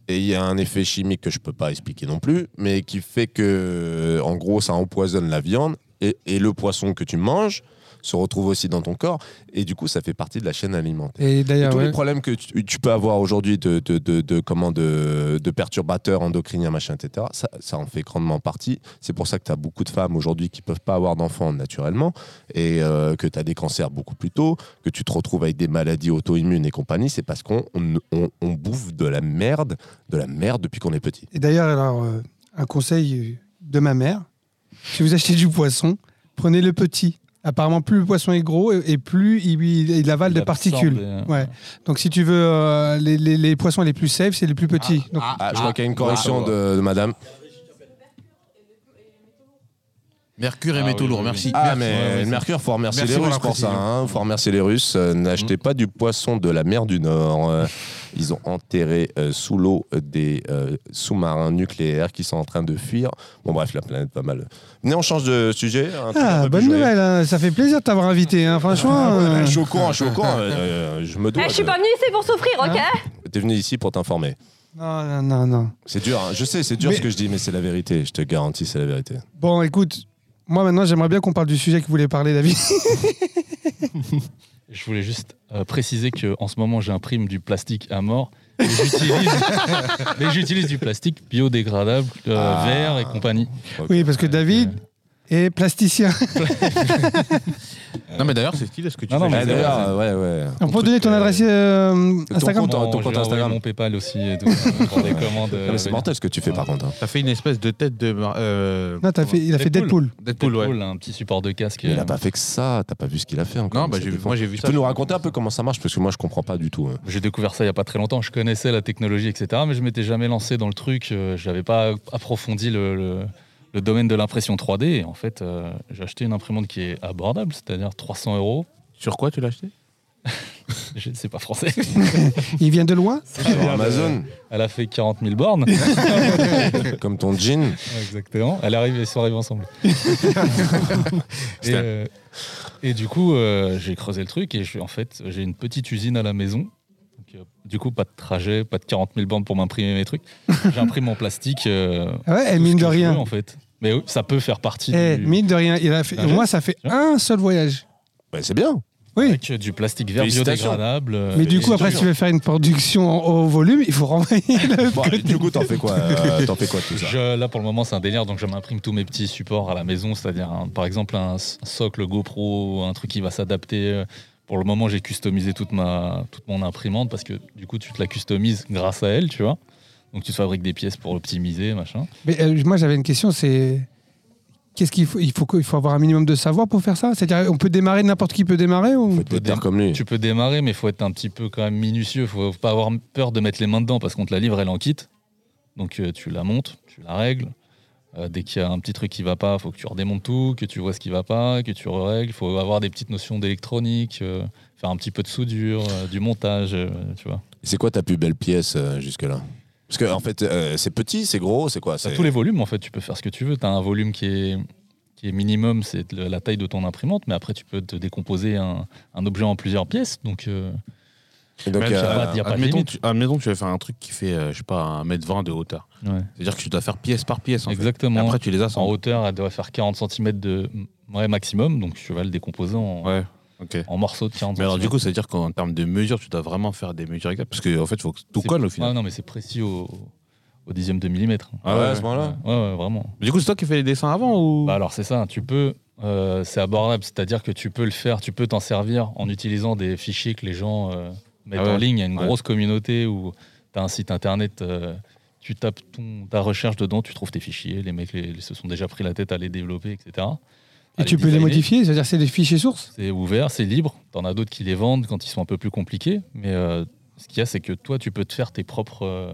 Et il y a un effet chimique que je peux pas expliquer non plus, mais qui fait que, en gros, ça empoisonne la viande. Et, et le poisson que tu manges se retrouve aussi dans ton corps. Et du coup, ça fait partie de la chaîne alimentaire.
Et
Et
d'ailleurs,
tous
ouais.
les problèmes que tu, tu peux avoir aujourd'hui de, de, de, de- comment, de, de perturbateurs endocriniens, machin, etc., ça, ça en fait grandement partie. C'est pour ça que tu as beaucoup de femmes aujourd'hui qui peuvent pas avoir d'enfants naturellement et euh, que tu as des cancers beaucoup plus tôt, que tu te retrouves avec des maladies auto-immunes et compagnie. C'est parce qu'on on, on- on bouffe de la merde, de la merde depuis qu'on est petit.
Et d'ailleurs, alors, euh, un conseil de ma mère si vous achetez du poisson, prenez le petit. Apparemment, plus le poisson est gros et, et plus il, il- il avale
Il
de
absorbe
particules.
des-
Ouais. Donc, si tu veux, euh, les, les- les poissons les plus safe, c'est les plus petits. Donc,
Ah, je vois qu'il y a une correction de, de madame.
Mercure et
Ah
métaux
oui,
lourds,
oui,
merci.
oui.
Ah,
Merci.
mais
Ouais, ouais,
le Mercure, faut remercier
Merci
les
pour
Russes
la
pour ça.
précision. Mm.
hein. faut remercier les Russes. Euh, N'achetez pas du poisson de la mer du Nord. Euh, ils ont enterré euh, sous l'eau des euh, sous-marins nucléaires qui sont en train de fuir. Bon, bref, la planète, pas mal. Venez, on change de sujet. un truc un
ah,
peu plus
bonne
joyeux.
nouvelle, hein. ça fait plaisir de t'avoir invité, hein, franchement.
Ah ouais,
euh,
je suis au courant, je suis au courant. Euh, euh, je me dois.
Eh, je suis pas venue ici pour souffrir, ok
de- T'es venu ici pour t'informer.
Non, non, non, non.
C'est dur, hein. je sais, c'est dur
Mais-
ce que je dis, mais c'est la vérité. Je te garantis, c'est la vérité.
Ah,
Bon, écoute, moi maintenant, j'aimerais bien qu'on parle du sujet que vous voulez parler, David.
Je voulais juste euh, préciser que en ce moment j'imprime du plastique à mort. mais j'utilise- Mais j'utilise du plastique biodégradable, euh,
Ah.
vert et compagnie.
Oui, parce que David est plasticien.
Non, mais d'ailleurs, c'est Ah, stylé ce que tu
Non, non,
fais.
mais
Ah,
J'adore.
D'ailleurs, euh, ouais, ouais.
On peut
Ton
donner
truc,
ton
euh,
adresse euh, Instagram
compte, ton
je
compte
vais envoyer
Instagram.
mon PayPal aussi et tout, euh, pour les commandes. euh,
non, mais C'est mortel ce que tu fais par contre. hein.
T'as fait une espèce de tête de. mar- euh,
Non, t'as fait, il a fait
Deadpool.
Deadpool.
Deadpool, ouais.
un petit support de casque.
Mais Il
euh,
a pas fait que ça, t'as pas vu ce qu'il a fait encore.
Non, bah,
Ça
j'ai vu-
dépend.
moi j'ai vu
Tu
ça.
peux nous raconter un peu comment ça marche parce que moi je comprends pas du tout. hein.
J'ai découvert ça il n'y a pas très longtemps. Je connaissais la technologie, etc. Mais je m'étais jamais lancé dans le truc. euh, Je n'avais pas approfondi le, le- le domaine de l'impression 3D. Et en fait, euh, j'ai acheté une imprimante qui est abordable, c'est-à-dire 300 euros.
Sur quoi tu l'as acheté
Je sais pas français.
Il vient de loin
Sur Amazon,
Elle a fait 40 000 bornes.
comme ton jean,
Exactement. Elle arrive, elles sont arrivées ensemble. et, euh, et du coup, euh, j'ai creusé le truc et je, suis- en fait, j'ai une petite usine à la maison. Donc, euh, du coup, pas de trajet, pas de 40 000 bandes pour m'imprimer mes trucs. J'imprime en plastique. euh,
Ah Ouais, et
tout ce
mine
que
de
je
rien.
veux, en fait. Mais oui, ça peut faire partie
Eh,
du,
mine de rien, il a fait,
D'un
moi ça fait un seul voyage.
bah, c'est bien.
Oui,
avec du plastique vert
Félicitations.
biodégradable. euh,
mais du
et-
coup après si tu veux faire une production en- au volume, il faut renvoyer le
Bon,
code.
du coup, t'en fais quoi euh, T'en fais quoi tout ça
Je- là, pour le moment, c'est un délire, donc je m'imprime tous mes petits supports à la maison, c'est-à-dire, un- par exemple, un, s- un socle GoPro, un truc qui va s'adapter. euh, Pour le moment, j'ai customisé toute, ma, toute mon imprimante parce que du coup, tu te la customises grâce à elle, tu vois. Donc, tu te fabriques des pièces pour l'optimiser, machin.
Mais euh, moi j'avais une question, c'est qu'est-ce qu'il faut il faut, que- il faut avoir un minimum de savoir pour faire ça C'est-à-dire on peut démarrer n'importe qui peut démarrer
Faut
ou
être pétard comme lui.
Tu peux démarrer, mais il faut être un petit peu quand même minutieux. faut pas avoir peur de mettre les mains dedans parce qu'on te la livre, elle en quitte. Donc euh, tu la montes, tu la règles. Euh, dès qu'il y a un petit truc qui va pas, faut que tu redémontes tout, que tu vois ce qui va pas, que tu règles. faut avoir des petites notions d'électronique, euh, faire un petit peu de soudure, euh, du montage, euh, tu vois.
C'est quoi ta plus belle pièce euh, jusque-là Parce que en fait, euh, c'est petit, c'est gros, c'est quoi
T'as
C'est-
tous les volumes en fait, tu peux faire ce que tu veux. Tu as un volume qui est, qui est minimum, c'est le- la taille de ton imprimante, mais après tu peux te décomposer un, un objet en plusieurs pièces. Donc euh,
Et Donc,
Même si
euh,
elle
va dire- Y a pas de
Admettons,
limite.
tu, admettons que tu vas faire un truc qui fait, euh, je sais pas, 1m20 de hauteur.
ouais.
C'est-à-dire que tu dois faire pièce par pièce. En fait.
Exactement.
Et Après, tu les as
En hauteur, elle doit faire 40 cm de ouais, maximum, donc tu vas le décomposer en,
Ouais, ok.
en morceaux de 40
Mais alors, du
centimètres.
coup, ça veut dire qu'en termes de mesure, tu dois vraiment faire des mesures exactes. Parce qu'en fait, il faut que tout
C'est-
colle au
Ah
final.
non, mais c'est précis au, au dixième de millimètre.
Ah ouais,
à ce moment-là.
Ouais, ouais, vraiment.
Du coup, c'est toi qui fais les dessins avant ou
Bah alors, c'est ça, tu peux. euh, c'est abordable, c'est-à-dire que tu peux le faire, tu peux t'en servir en utilisant des fichiers que les gens euh, mettent
Ah ouais.
en ligne. Il y a une
Ouais.
grosse communauté où tu as un site internet, euh, tu tapes ton, ta recherche dedans, tu trouves tes fichiers, les mecs les- se sont déjà pris la tête à les développer, etc.
Et
à
tu peux les
designer.
modifier, c'est-à-dire c'est des fichiers sources
C'est ouvert, c'est libre. T'en as d'autres qui les vendent quand ils sont un peu plus compliqués. Mais euh, ce qu'il y a, c'est que toi, tu peux te faire tes propres, euh,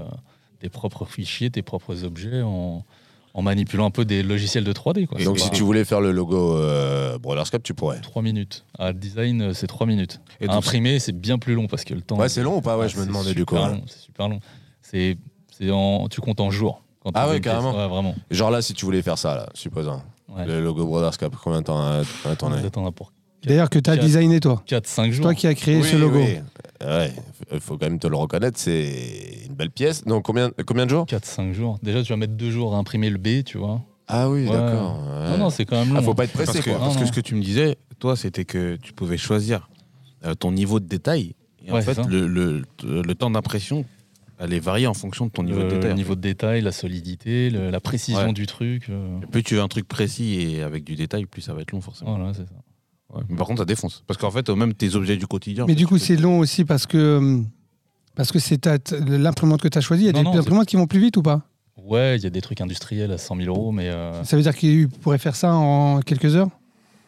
tes propres fichiers, tes propres objets en, en manipulant un peu des logiciels de 3D. Quoi.
Donc
C'est
si
pas-
tu voulais faire le logo euh, Brothers Cup, tu pourrais.
Trois minutes. À design, euh, c'est trois minutes.
Et
À
donc-
imprimer, c'est bien plus long parce que le temps.
Ouais, c'est long ou pas Ouais,
Ah,
je me
c'est
demandais du coup.
super long, C'est super long. C'est, c'est en, tu comptes en jours. quand
Ah
tu fais
ouais,
une pièce.
carrément.
Ouais, vraiment.
Genre là, si tu voulais faire ça, là, supposons.
Ouais.
Le logo Brothers Cup, combien de temps à, à ton avis
T'attends pour
D'ailleurs que tu as
Quatre.
designé toi.
4-5
C'est
jours.
toi qui as créé
Oui,
ce logo.
oui. Ouais, f- faut quand même te le reconnaître, c'est une belle pièce. Donc combien, combien de jours
4-5 jours. Déjà, tu vas mettre 2 jours à imprimer le B, tu vois.
Ah oui,
Ouais.
d'accord.
Non, non, c'est quand même long.
Ah, faut pas être
Parce
pressé,
que, hein,
quoi.
parce
Non,
que
non.
ce que tu me disais, toi, c'était que tu pouvais choisir euh, ton niveau de détail. Et en
Ouais,
fait,
c'est ça.
le, le- le temps d'impression allait varier en fonction de ton niveau
le
de détail. en
Euh, niveau de détail, la solidité, le- la précision
Ouais.
du truc. euh,
fait. Plus tu veux un truc précis et avec du détail, plus ça va être long, forcément.
Voilà, c'est ça.
Ouais. Mais par contre, ça défonce. Parce qu'en fait, euh, même tes objets du quotidien.
Mais
en fait,
du coup
tu peux-
c'est long aussi parce que hum, parce que c'est ta- t- l'imprimante que tu as choisie, il y a
Non,
des
non, c'est-
imprimantes qui vont plus vite ou pas
Ouais, il y a des trucs industriels à 100 000 euros, mais euh,
Ça veut dire qu'ils pourraient faire ça en quelques heures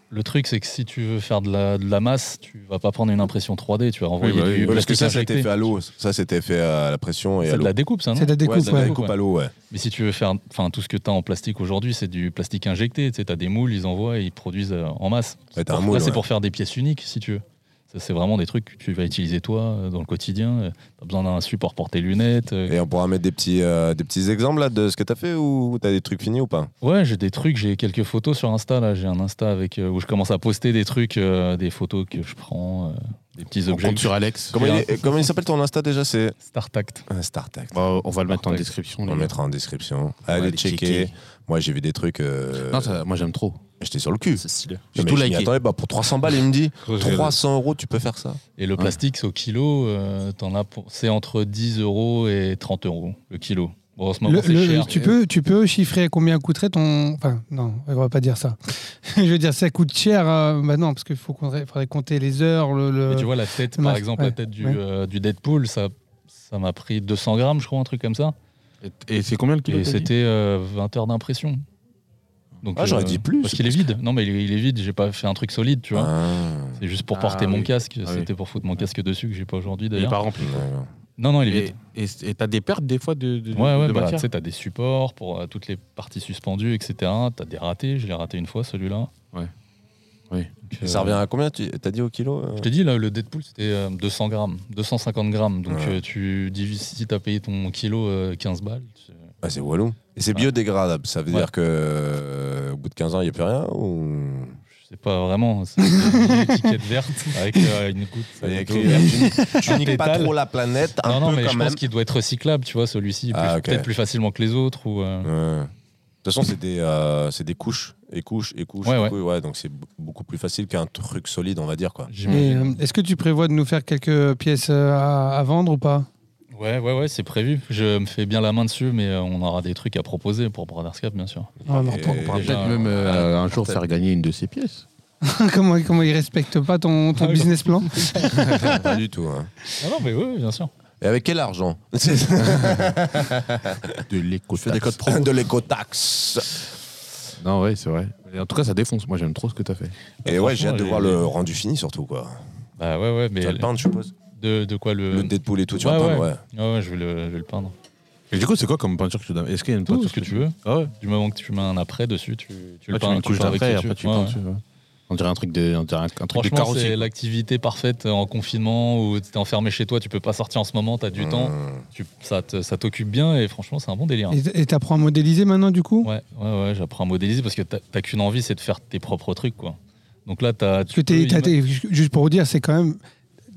le truc, c'est que si tu veux faire de la, de la masse, tu vas pas prendre une impression 3D, tu vas envoyer
bah oui, oui,
du
Ouais, parce
plastique
que ça, ça a
injecté.
été fait à l'eau. Ça, c'était fait à la pression et à
C'est de
l'eau.
la découpe, ça, non
C'est de la
Ouais,
découpe,
c'est de la
ouais.
découpe à l'eau, ouais.
Mais si tu veux faire, enfin, tout ce que tu as en plastique aujourd'hui, c'est du plastique injecté. Tu as des moules, ils envoient et ils produisent euh, en masse.
Ouais, t'as un
Pour-
moule,
Là, c'est
ouais.
pour faire des pièces uniques, si tu veux. Ça, c'est vraiment des trucs que tu vas utiliser toi euh, dans le quotidien. Tu as besoin d'un support pour tes lunettes. euh.
Et on pourra mettre des petits, euh, des petits exemples là, de ce que t'as fait ou t'as des trucs finis ou pas
Ouais, j'ai des trucs, j'ai quelques photos sur Insta. Là, j'ai un Insta avec euh, où je commence à poster des trucs, euh, des photos que je prends, euh, des petits
On
objets.
compte sur Alex.
Comment il,
un-
est- comment il s'appelle ton Insta déjà C'est
StarTact.
un StarTact.
Bah, on va le mettre en
Parfait.
description.
On
les
le
gars.
mettra en description.
On va
Allez
aller
checker. Moi, j'ai vu des trucs. euh,
Non, ça- moi, j'aime trop.
J'étais sur le cul.
C'est stylé.
J'ai
Mais
tout
je m'y
liké.
attendais pas. pour 300 balles, il me dit 300 euros, tu peux faire ça.
Et le plastique, c'est au kilo. euh, t'en as pour- c'est entre 10 euros et 30 euros le kilo. Bon, en ce moment,
Le-
c'est
le-
cher.
tu, peux, tu peux chiffrer combien coûterait ton. Enfin, non, on va pas dire ça. Je veux dire, ça coûte cher. euh, bah non, parce qu'il faut qu'on- faudrait compter les heures. Le, le-
Et tu vois, la tête,
le
par
masque,
exemple,
ouais,
la tête du,
ouais.
euh, du Deadpool, ça. Ça m'a pris 200 grammes, je crois, un truc comme ça.
Et- Et c'est combien le kilo
Et
t'as dit
c'était euh, 20 heures d'impression. Donc, euh,
Ah, j'aurais dit plus,
Parce qu'il est
parce
vide. Non, mais il est, il est vide. J'ai pas fait un truc solide, tu vois.
Ah.
C'est juste pour
Ah
porter mon
oui.
casque.
Ah oui.
C'était pour foutre mon casque dessus que j'ai pas aujourd'hui
Il est
d'ailleurs.
pas rempli.
Non, non, il est
Et
vide.
et- et t'as des pertes des fois de, de,
Ouais, ouais,
de
bah, tu
matière
sais, t'as des supports pour euh, toutes les parties suspendues, etc. T'as des ratés. Je l'ai raté une fois celui-là.
Ouais. Oui.
Donc,
Ça
euh,
revient à combien tu- T'as dit au kilo euh
Je t'ai dit, là, le Deadpool, c'était euh, 200 grammes, 250 grammes. Donc,
Ouais.
euh, tu divises, si t'as payé ton kilo euh, 15 balles. tu-
Ah, c'est Wallou. Et c'est
Ah.
biodégradable, ça veut
Ouais.
dire que euh, au bout de 15 ans, il n'y a plus rien ou...
Je sais pas vraiment. hein, C'est une étiquette verte avec euh, une goutte.
Il y a
euh,
écrit,
d'eau.
tu- Tu
Un
niques pas
pétale.
trop la planète, un
Non, non,
peu
mais
quand
je
même.
pense qu'il doit être recyclable, tu vois, celui-ci,
Ah,
plus-
ok.
peut-être plus facilement que les autres. Ou, euh,
Ouais. De toute façon, c'est des, euh, c'est des couches et couches et couches.
Ouais,
et
ouais.
couches, ouais, donc c'est b- beaucoup plus facile qu'un truc solide, on va dire. Quoi.
Et, euh,
j'imagine.
Est-ce que tu prévois de nous faire quelques pièces euh, à, à vendre ou pas
Ouais, ouais, ouais, c'est prévu. Je me fais bien la main dessus, mais euh, on aura des trucs à proposer pour Brothers Cup, bien sûr.
Ouais,
Et-
mais pourquoi-
On pourra
Déjà,
peut-être même euh, un jour faire gagner une de ces pièces.
comment, comment ils respectent pas ton,
Ah
ton business plan
pas du tout. hein.
Non, non, mais oui, bien sûr.
Et avec quel argent
De léco
De l'écotaxe.
Non, ouais, c'est vrai. Mais En tout cas, ça défonce. Moi, j'aime trop ce que t'as fait.
Et ouais, j'ai hâte de
Franchement,
voir
les-
le rendu fini surtout. Quoi.
Bah ouais, ouais, mais
Tu vas le peindre, je suppose.
de, de quoi le.
Le Deadpool et tout, tu
ouais,
vas le
ouais.
peindre, ouais.
Ouais, ouais, je vais le, je vais le peindre.
Et du coup, c'est quoi comme peinture que tu donnes Est-ce qu'il y a une
Tout
peinture
ce que tu veux.
Ah ouais.
Du moment que tu mets un après dessus, tu, tu
Tu,
le
tu
peins.
mets une couche
peins avec
d'après et
dessus.
après tu
Ouais,
peins
ouais.
dessus. ouais. On dirait un truc de, on dirait un, un truc de
Franchement, c'est
carrossier.
l'activité parfaite en confinement où t'es enfermé chez toi, tu peux pas sortir en ce moment, t'as du temps,
Mmh.
tu, ça te- ça t'occupe bien et franchement, c'est un bon délire.
Et et t'apprends à modéliser maintenant du coup
Ouais, ouais, ouais, j'apprends à modéliser parce que t'as t'as qu'une envie, c'est de faire tes propres trucs, quoi. Donc là, t'as.
Parce que t'es- t'as- t'es- juste pour vous dire, c'est quand même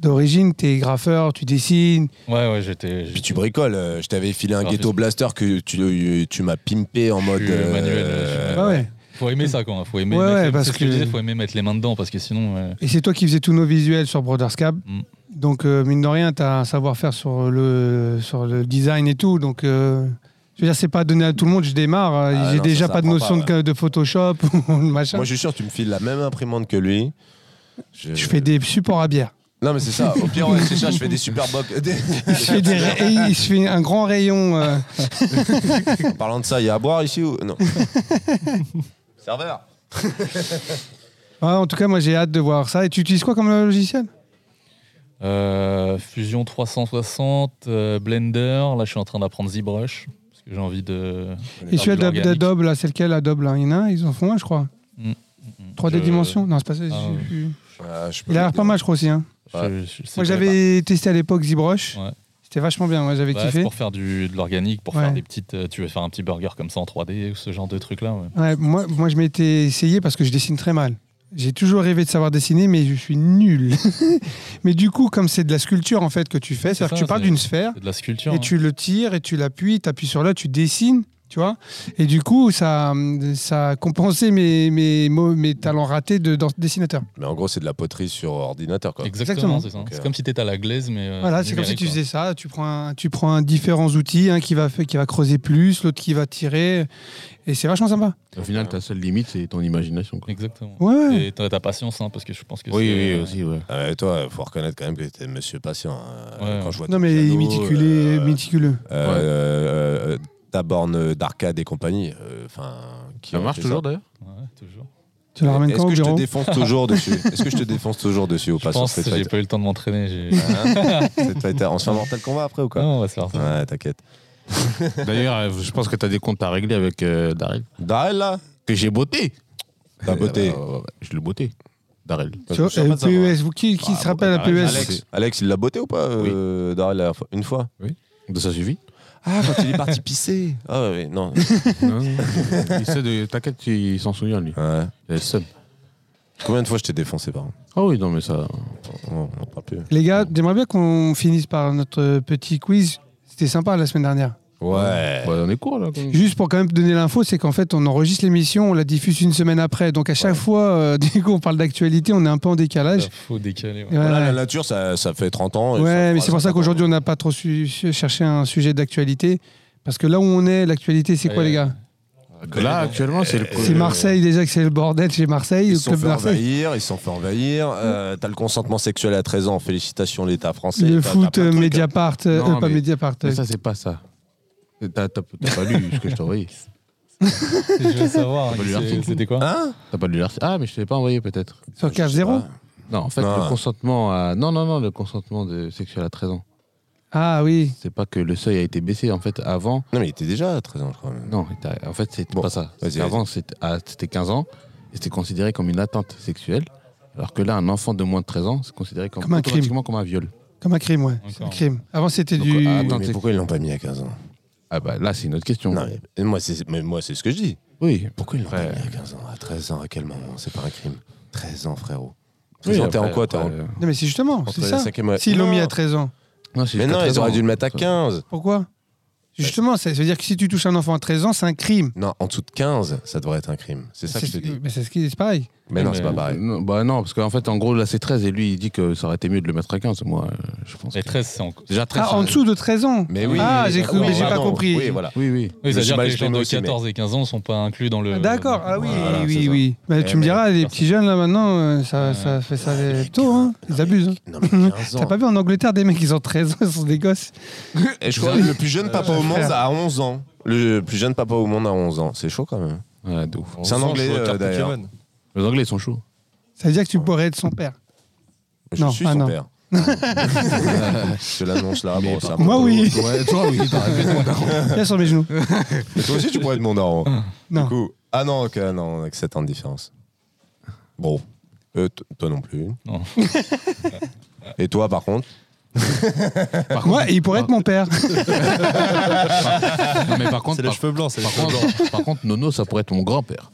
d'origine, t'es graffeur, tu dessines.
Ouais, ouais, j'étais.
Puis tu bricoles. euh, Je t'avais filé un
Grave.
ghetto blaster que tu, euh, tu m'as pimpé en
Je
mode. euh,
suis manuel, je suis
Ah ouais.
Faut aimer ça, quoi. Faut aimer.
Ouais,
mettre
ouais,
les-
parce
c'est ce que, je
que-
disais, faut aimer mettre les mains dedans parce que sinon. euh,
Et c'est toi qui faisais tous nos visuels sur Brothers Cab.
Mm.
Donc, euh, mine de rien, tu as un savoir-faire sur le, sur le design et tout. Donc, euh, je veux dire, c'est pas donné à tout le monde. Je démarre. euh,
Ah
J'ai
non,
déjà
ça
pas de
s'apprend
notion
pas,
de, de Photoshop ou de machin.
Moi, je suis sûr, tu me files la même imprimante que lui.
je fais des supports à bière.
Non, mais c'est ça. Au pire, ouais, c'est ça. Je fais des super bocs.
Je fais, des ra- et je fais un grand rayon. euh,
En parlant de ça, il y a à boire ici ou non Serveur
Ouais, en tout cas, moi j'ai hâte de voir ça. Et tu utilises quoi comme euh, logiciel
Euh, Fusion 360, euh, Blender. Là, je suis en train d'apprendre ZBrush parce que j'ai envie de.
Et
faire
celui
de l'organique.
d'Adobe, là, c'est lequel Adobe là Il y en a un, ils en font un, je crois.
Mm,
3D
je-
dimensions Non, c'est pas ça.
Ah,
je- je-
Ah, je peux
Il a l'air
vous
pas
dire.
mal, je crois aussi. hein.
je-
Ouais.
je- je sais
Moi
pas.
j'avais testé à l'époque ZBrush.
Ouais.
C'était vachement bien, moi j'avais
Ouais, c'est
kiffé.
pour faire du, de l'organique, pour faire
Ouais.
des petites. euh, tu veux faire un petit burger comme ça en 3D ou ce genre de truc là.
Ouais, moi, moi, je m'étais essayé parce que je dessine très mal. J'ai toujours rêvé de savoir dessiner, mais je suis nul. mais du coup, comme c'est de la sculpture en fait que tu fais,
C'est
c'est-à-dire que
ça,
tu pars
c'est-
d'une sphère
C'est de la sculpture.
et
hein.
tu le tires et tu l'appuies, tu appuies sur l'autre, tu dessines, tu vois. Et du coup, ça, ça a compensé mes, mes, mo- mes talents ratés de dans- dessinateur.
Mais en gros, c'est de la poterie sur ordinateur. Quoi.
Exactement, c'est ça.
Ok.
C'est comme si t'étais à la glaise, mais. euh,
voilà, c'est comme si
numérique,
tu
quoi.
faisais ça. Tu prends, un- tu prends un différents outils, un qui va, fa- qui va creuser plus, l'autre qui va tirer. Et c'est vachement sympa.
Au final, ta seule limite, c'est ton imagination. quoi.
Exactement.
Ouais, ouais.
Et t'as ta patience, hein, parce que je pense que
Oui,
c'est-
oui, aussi, ouais.
Ah, mais toi, il faut reconnaître quand même que t'es monsieur patient. hein.
Ouais.
Quand je vois
Non,
ton
mais
piano,
méticulé,
euh,
méticuleux.
euh, euh, ta borne d'arcade et compagnie. euh, Enfin, qui
Ça
ont
marche
fait
toujours, d'ailleurs
Ouais, toujours.
Tu la ramènes
Est-ce
quand au
que je te
bureau
défonce toujours dessus Est-ce que je te défonce toujours dessus au
Je
passant
pense
Street
que j'ai
Fighter
pas eu le temps de m'entraîner. j'ai-
Hein Street Fighter, On se fait un mortel combat après ou quoi
Non, on va se faire ça.
Ouais, t'inquiète.
D'ailleurs, euh, je pense que t'as des comptes à régler avec euh, Darrel.
Darrell là
Que j'ai botté.
T'as botté.
Ah bah, ouais, ouais, Je l'ai botté. Darrel.
Tu vois,
Je suis en
euh,
train de savoir.
PES, vous, qui, qui
Ah,
se
bon,
rappelle la
bah,
E PES
Alex, Alex, il l'a botté ou pas euh, Darrell la dernière fois Une fois
De ça suivi
Ah, quand il est parti pisser Ah, ouais, ouais, non.
Non, non. Il sait de- T'inquiète, il s'en souvient, lui.
Ouais.
Il a le seum.
Combien de fois je t'ai défoncé par an
Ah oui, non, mais ça.
On n'en parle plus.
Les gars, j'aimerais bien qu'on finisse par notre petit quiz. C'était sympa la semaine dernière.
Ouais.
Bah, on est court, là. quand même.
Juste pour quand même donner l'info, c'est qu'en fait, on enregistre l'émission, on la diffuse une semaine après. Donc à chaque fois, euh, dès qu'on parle d'actualité, on est un peu en décalage.
Ça, Faut décaler. ouais.
Et voilà.
Voilà, la nature, ça, ça fait 30 ans. et
Ouais,
fera
mais c'est pour ça
50 ans.
qu'aujourd'hui, on n'a pas trop su, su- cherché un sujet d'actualité. Parce que là où on est, l'actualité, c'est quoi,
Ouais.
les gars
Là, actuellement, c'est le.
C'est Marseille, déjà que c'est le bordel chez Marseille,
Ils
le
se sont
club
fait
de Marseille. Mm.
envahir, ils se sont fait envahir. Euh, t'as le consentement sexuel à 13 ans, félicitations l'État français. T'as-
Le
t'as
foot,
plein de
euh,
trucs,
Mediapart, euh,
Non,
euh, pas
mais-
Mediapart.
Mais
euh,
ça, c'est pas ça. T'as t'as- t'as pas lu ce que je t'ai envoyé.
Je veux savoir.
Faut pas lui
c'est-
articuler.
C'était quoi
Hein
T'as pas lu l'article. Ah, mais je t'avais pas envoyé, peut-être.
Sur
Je sais
4-0
pas.
Non, en fait,
Non.
le consentement à. Non, non, non, le consentement de sexuel à 13 ans.
Ah oui.
C'est pas que le seuil a été baissé. En fait, avant.
Non, mais il était déjà à 13 ans, je crois.
Non, il t'a- en fait, c'était
Bon,
pas ça.
vas-y,
C'est Avant, c'était à- c'était 15 ans et c'était considéré comme une atteinte sexuelle. Alors que là, un enfant de moins de 13 ans, c'est considéré comme,
Comme un crime.
automatiquement comme un viol.
Comme un crime, ouais.
Encore.
C'est un crime. Avant, c'était
Donc,
du.
ah,
Oui,
Attends,
mais
c'est-
pourquoi ils l'ont pas mis à 15 ans
Ah bah là, c'est une autre question.
Non, mais moi, c'est, mais moi, c'est ce que je dis.
Oui.
Pourquoi ils l'ont
Après-
pas mis à 15 ans À 13 ans, à quel moment C'est pas un crime. 13 ans, frérot.
Oui,
13 ans, t'es en
après-
quoi T'es en-
après, euh,
Non, mais c'est justement,
entre
c'est
la
ça.
cinquième et-
S'ils l'ont
Non.
mis à 13 ans,
Non, c'est
Mais
jusqu'à
non, ils
13
auraient
ans.
dû le mettre à 15.
pourquoi Justement, ça ça veut dire que si tu touches un enfant à 13 ans, c'est un crime.
Non, en dessous de 15, ça devrait être un crime. C'est ça que je te dis.
Mais c'est ce qui c'est pareil.
Mais non, c'est pas
Mais-
pareil.
Non, bah non, parce qu'en fait, en gros, là, c'est 13 et lui, il dit que ça aurait été mieux de le mettre à 15. Moi, euh, je pense.
Les
que-
13, c'est encore.
Déjà 13.
Ah, en
ça-
dessous de 13 ans
Mais oui.
Ah, j'ai cru,
d'accord,
mais j'ai pas
pardon.
compris.
Oui, voilà.
Oui, oui.
Oui,
Je suis
c'est-à-dire que
mal
les gens
exprimé
de
aussi, mais-
14 et 15 ans sont pas inclus dans le.
Ah, D'accord, ah oui,
Euh, Voilà, c'est
oui,
ça.
oui. Bah, tu
Eh,
me
mais-
diras, les petits jeunes là maintenant, euh, ça, ça fait ça
Mais
tôt, hein.
15
Ils abusent. hein.
Non, mais 15
T'as
ans.
pas vu en Angleterre des mecs, ils ont 13 ans, ils sont des gosses.
Et je crois que le plus jeune papa au monde
frère.
a 11 ans. Le plus jeune papa au monde a 11 ans. C'est chaud quand même.
Ouais, de ouf.
C'est un Anglais, euh, d'ailleurs.
Les Anglais, ils sont chauds.
Ça veut dire que tu pourrais être son père.
Je
Non,
suis
ah
son
non.
père. je te l'annonce là. Bon, ça
Moi,
monte au-
oui.
Ouais, toi, oui,
Viens sur mes genoux.
Mais toi aussi, tu pourrais être mon daron.
Non.
Du coup, ah non, ok, non, on a que 7 ans de différence. Bon. Euh, t- toi non plus.
Non.
Et toi, par contre
Par
Moi, il pourrait être mon père.
Non, mais par contre,
C'est les
par,
cheveux blancs, c'est les
par
cheveux blancs.
contre, par contre, Nono, ça pourrait être mon grand-père.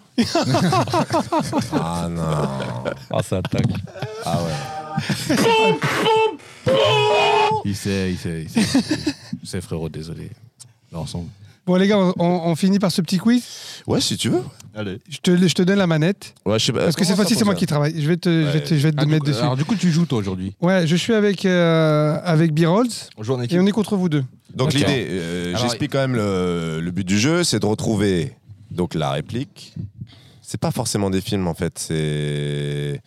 Ah non.
Ah, ça attaque.
Ah ouais.
Il sait, il sait, il sait. Il sait, frérot, désolé. Là, ensemble.
Bon, les gars, on, on finit par ce petit quiz.
Ouais, si tu veux.
Allez.
Je te, je te donne la manette.
Ouais, je sais pas.
Parce que
Euh, Comment ça
cette fois-ci, c'est moi qui
fonctionne Ah,
travaille. Je vais te, je vais te, je vais te mettre dessus.
alors, Ah, du coup, tu joues, toi, aujourd'hui
Ouais, je suis avec, euh, avec B-Rolls
Bonjour,
et
équipe.
on est contre vous deux.
Donc
Ok.
l'idée, euh,
Alors,
j'explique quand même le, le but du jeu, c'est de retrouver donc la réplique. C'est pas forcément des films en fait, c'est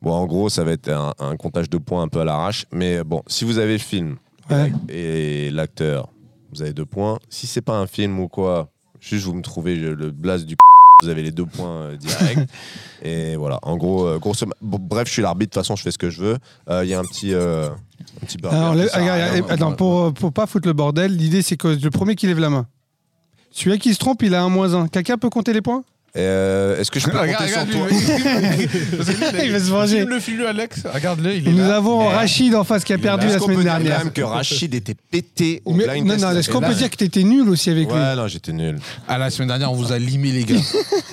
bon en gros ça va être un, un comptage de points un peu à l'arrache, mais bon si vous avez le film
Ouais.
et l'acteur, vous avez deux points. Si c'est pas un film ou quoi, juste vous me trouvez le blast du c- Vous avez les deux points euh, directs. et voilà, en gros, euh, grosso- bon, bref, je suis l'arbitre, de toute façon, je fais ce que je veux. Euh, Il y a un petit. euh, un petit burger
Alors,
qui
le-
sert à
regarde,
rien,
eh,
donc,
attends,
voilà.
pour, pour pas foutre le bordel, l'idée c'est que le premier qui lève la main. Celui qui se trompe, il a un moins un. Quelqu'un peut compter les points
Euh, Est-ce que je peux compter sur toi
Il va se venger.
le filou, Alex. Regarde-le, il est
Nous
là.
avons Rachid en face qui a perdu
Est-ce
la
qu'on peut
semaine
dire quand
dernière.
même que Rachid était pété au
Mais-
blind
non,
test
non,
cette
est-ce qu'on peut
année-là
dire que t'étais nul aussi avec lui
Ouais, non, j'étais nul.
Ah, la semaine dernière, on vous a limé, les gars.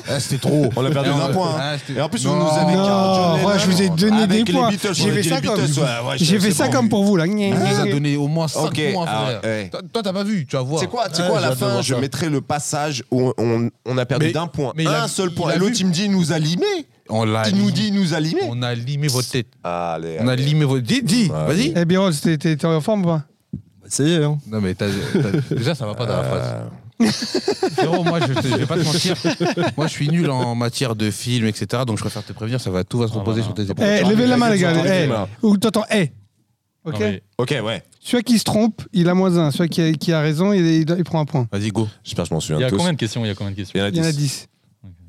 Ah, c'était trop.
On a perdu
Et on-
d'un point, hein.
Ah, c'était-
Et en plus,
Non.
on nous avait
Non,
John Lennon.
ouais, je vous ai donné
Avec
des
les
points.
Beatles, on
J'ai
a
fait
dit
ça
les
comme-
Beatles, ouais, ouais,
J'ai
c'est
fait ça
bon.
comme pour vous là.
On
Ah,
nous a donné au moins 5
Ok,
points,
alors,
frère.
ouais.
Toi- Toi, t'as pas vu, tu vas voir.
C'est quoi, c'est
Ah,
Ouais,
quoi à
j'ai
la
hâte de
fin
voir
Je
ça.
mettrai le passage où on, on a perdu
Mais-
d'un point,
mais il
un
a-
seul
il
point.
a
L'autre
vu.
il me dit il nous a limé.
On
Ah,
l'a
Il nous
limé.
dit il nous a limé.
On a limé votre tête.
Allez,
On a
allez.
limé votre. Dis, dis,
Ouais,
vas-y.
Eh bien, t'es t'es en forme ou pas
Essayez, hein.
Non, mais t'as- t'as- déjà, ça va pas dans la phrase.
Euh,
Frérot, moi, je, te- je vais pas te mentir. Moi, je suis nul en matière de films, etc. Donc, je préfère te prévenir, ça va tout va se reposer
Ah,
sur tes épaules.
Eh,
tu
levez
as
la main les
raison,
gars.
tu as
eh.
raison.
Ou t'entends eh. Ok.
Non, mais
Ok, ouais.
Celui qui se trompe, il a moins un. Celui qui a, qui a raison, il, il- il prend un point.
Vas-y, go.
J'espère que je m'en
Il y
souviens
a
tous.
combien de questions Il y a combien de questions
Il y en a
Il y en a
dix.
10.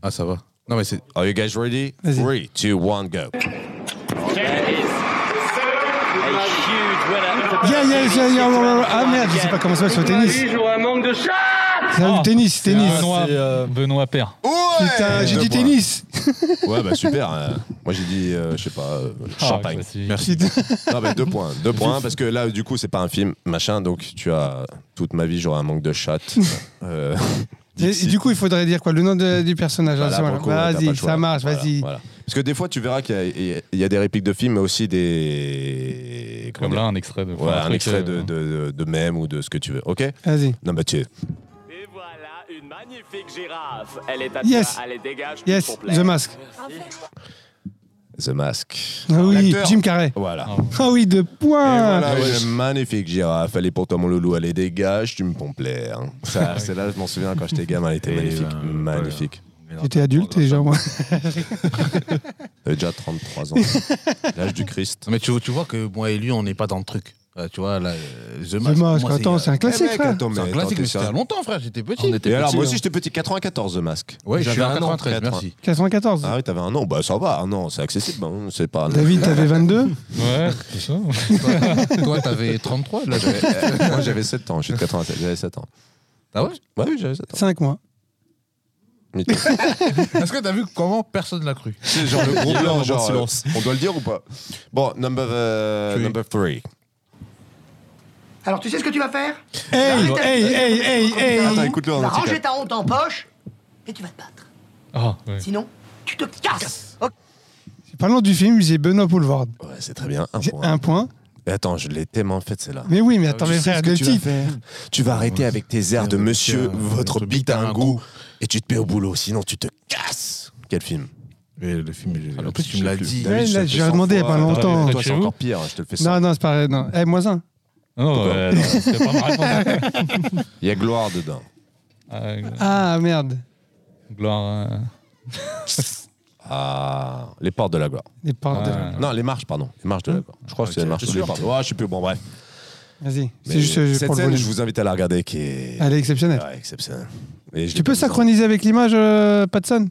Ah, ça va. Non, mais c'est.
Are you guys ready?
Vas-y.
3, 2, 1, go.
Yeah, yeah, yeah, yeah, yeah, yeah. Ah merde, je sais pas comment ça va sur le tennis. C'est
Oh,
Ah,
le tennis, tennis.
Benoît, Benoît Père. Ah,
Ouais
Putain, j'ai
Deux
dit
points.
tennis.
Ouais, bah super. euh, moi j'ai dit, euh, je sais pas, euh,
Ah,
champagne.
Merci.
Non, mais deux points. Deux points, parce que là, du coup, c'est pas un film, machin. Donc, tu as toute ma vie, j'aurai un manque de chatte. Euh,
Et- et
Dixie.
du coup, il faudrait dire quoi Le nom de- du personnage.
Voilà,
hein,
pour le coup,
voilà.
ouais, t'as pas
Vas-y,
le choix.
ça marche,
Voilà,
vas-y.
voilà. Parce que des fois, tu verras qu'il y a- il y, a- il y a des répliques de films, mais aussi des. comment
Comme
dire
là, un euh, extrait de.
Ouais, un extrait de,
euh,
de, de, de mème ou de ce que tu veux. Ok
Vas-y.
Non, bah, tu es.
Et voilà une magnifique girafe. Elle est à
Yes.
toi, allez dégage.
Yes,
pour plaire.
The Mask.
Hein
The Mask.
Ah oui,
L'acteur.
Jim Carrey.
Voilà.
Ah,
Ah oui, deux
Et
points.
voilà, Ah ouais, magnifique girafe. Elle est pour toi, mon loulou. Allez, dégage, tu me pompes l'air. hein. Ça, celle-là, je m'en souviens quand j'étais gamin, elle était
Et
magnifique.
ben,
magnifique.
J'étais adulte déjà, moi.
J'avais déjà 33 ans. L'âge du Christ.
Non, mais tu, tu vois que moi et lui, on n'est pas dans le truc. Euh, tu vois, là, euh, The
The
Mask.
Mask,
moi, c'est- euh,
attends, c'est un classique,
Eh mec,
frère.
attends, mais
C'est un
attends,
classique, mais c'était il
t'es
y a
sérieux
longtemps, frère. J'étais petit.
On était
Et alors,
petit,
moi
hein.
aussi, j'étais petit, 94 The Mask.
Ouais, je suis
J'avais
en
un an,
93,
80.
merci.
94.
Ah oui, t'avais un an, bah ça va, un an, c'est accessible, hein, c'est pas.
David, t'avais 22
Ouais, c'est ça.
Toi, t'avais 33, là.
J'avais- euh, Moi j'avais 7 ans, je suis de 87, j'avais 7 ans.
Ah ouais
Ouais, oui, j'avais 7 ans.
5 mois.
Mais tu sais,
Est-ce que t'as vu comment personne l'a cru
genre le gros
Il y a eu un
blanc,
moment de
genre. euh,
silence.
on doit le dire ou pas Bon, number 3.
Three.
number three.
Alors tu sais ce que tu vas faire
Hey, hey, hey, hey, hey.
Attends, écoute-le
Tu
en
vas
antiquaire.
ranger ta honte en poche et tu vas te battre.
Ah, ouais.
Sinon, tu te casses. Ok.
C'est pas le nom du film, c'est Benoît Boulevard.
Ouais, c'est très bien, un
J'ai
point.
un point.
Et attends, je l'ai tellement fait celle-là.
Mais oui, mais attends, mais
Tu sais
frère,
ce que
le
tu vas
titre.
faire Tu vas arrêter avec tes airs de monsieur, votre bite a un goût, et tu te mets au boulot, sinon tu te casses Quel film
Mais le film, il est-
Ah,
en plus,
je
tu
sais
me l'as
plus.
dit.
David,
Ouais,
je te
là,
le
j'ai
fais cent
demandé il y a
fois.
pas longtemps.
Toi, c'est
Chez vous
encore pire, je te le fais ça.
Non, non, c'est pas vrai. Non. Eh, moins un.
Non,
Pourquoi
ouais, non, c'est pas ma réponse.
Il y a gloire dedans.
Ah,
Ah, merde.
Gloire. euh,
Ah, les portes de la gloire.
Les portes de-
Ah.
Non, les marches, pardon. Les marches de la gloire. Je crois que c'est les marches
T'es
de la
sûr
gloire. Ouais, je sais plus. Bon, bref.
Vas-y. C'est
Mais
juste euh,
cette
pour le
scène,
volume.
je vous invite à la regarder qui est
Elle est exceptionnelle.
ouais, exceptionnelle. Et je l'ai
Tu peux
pas mis en-
synchroniser avec l'image, euh, Patson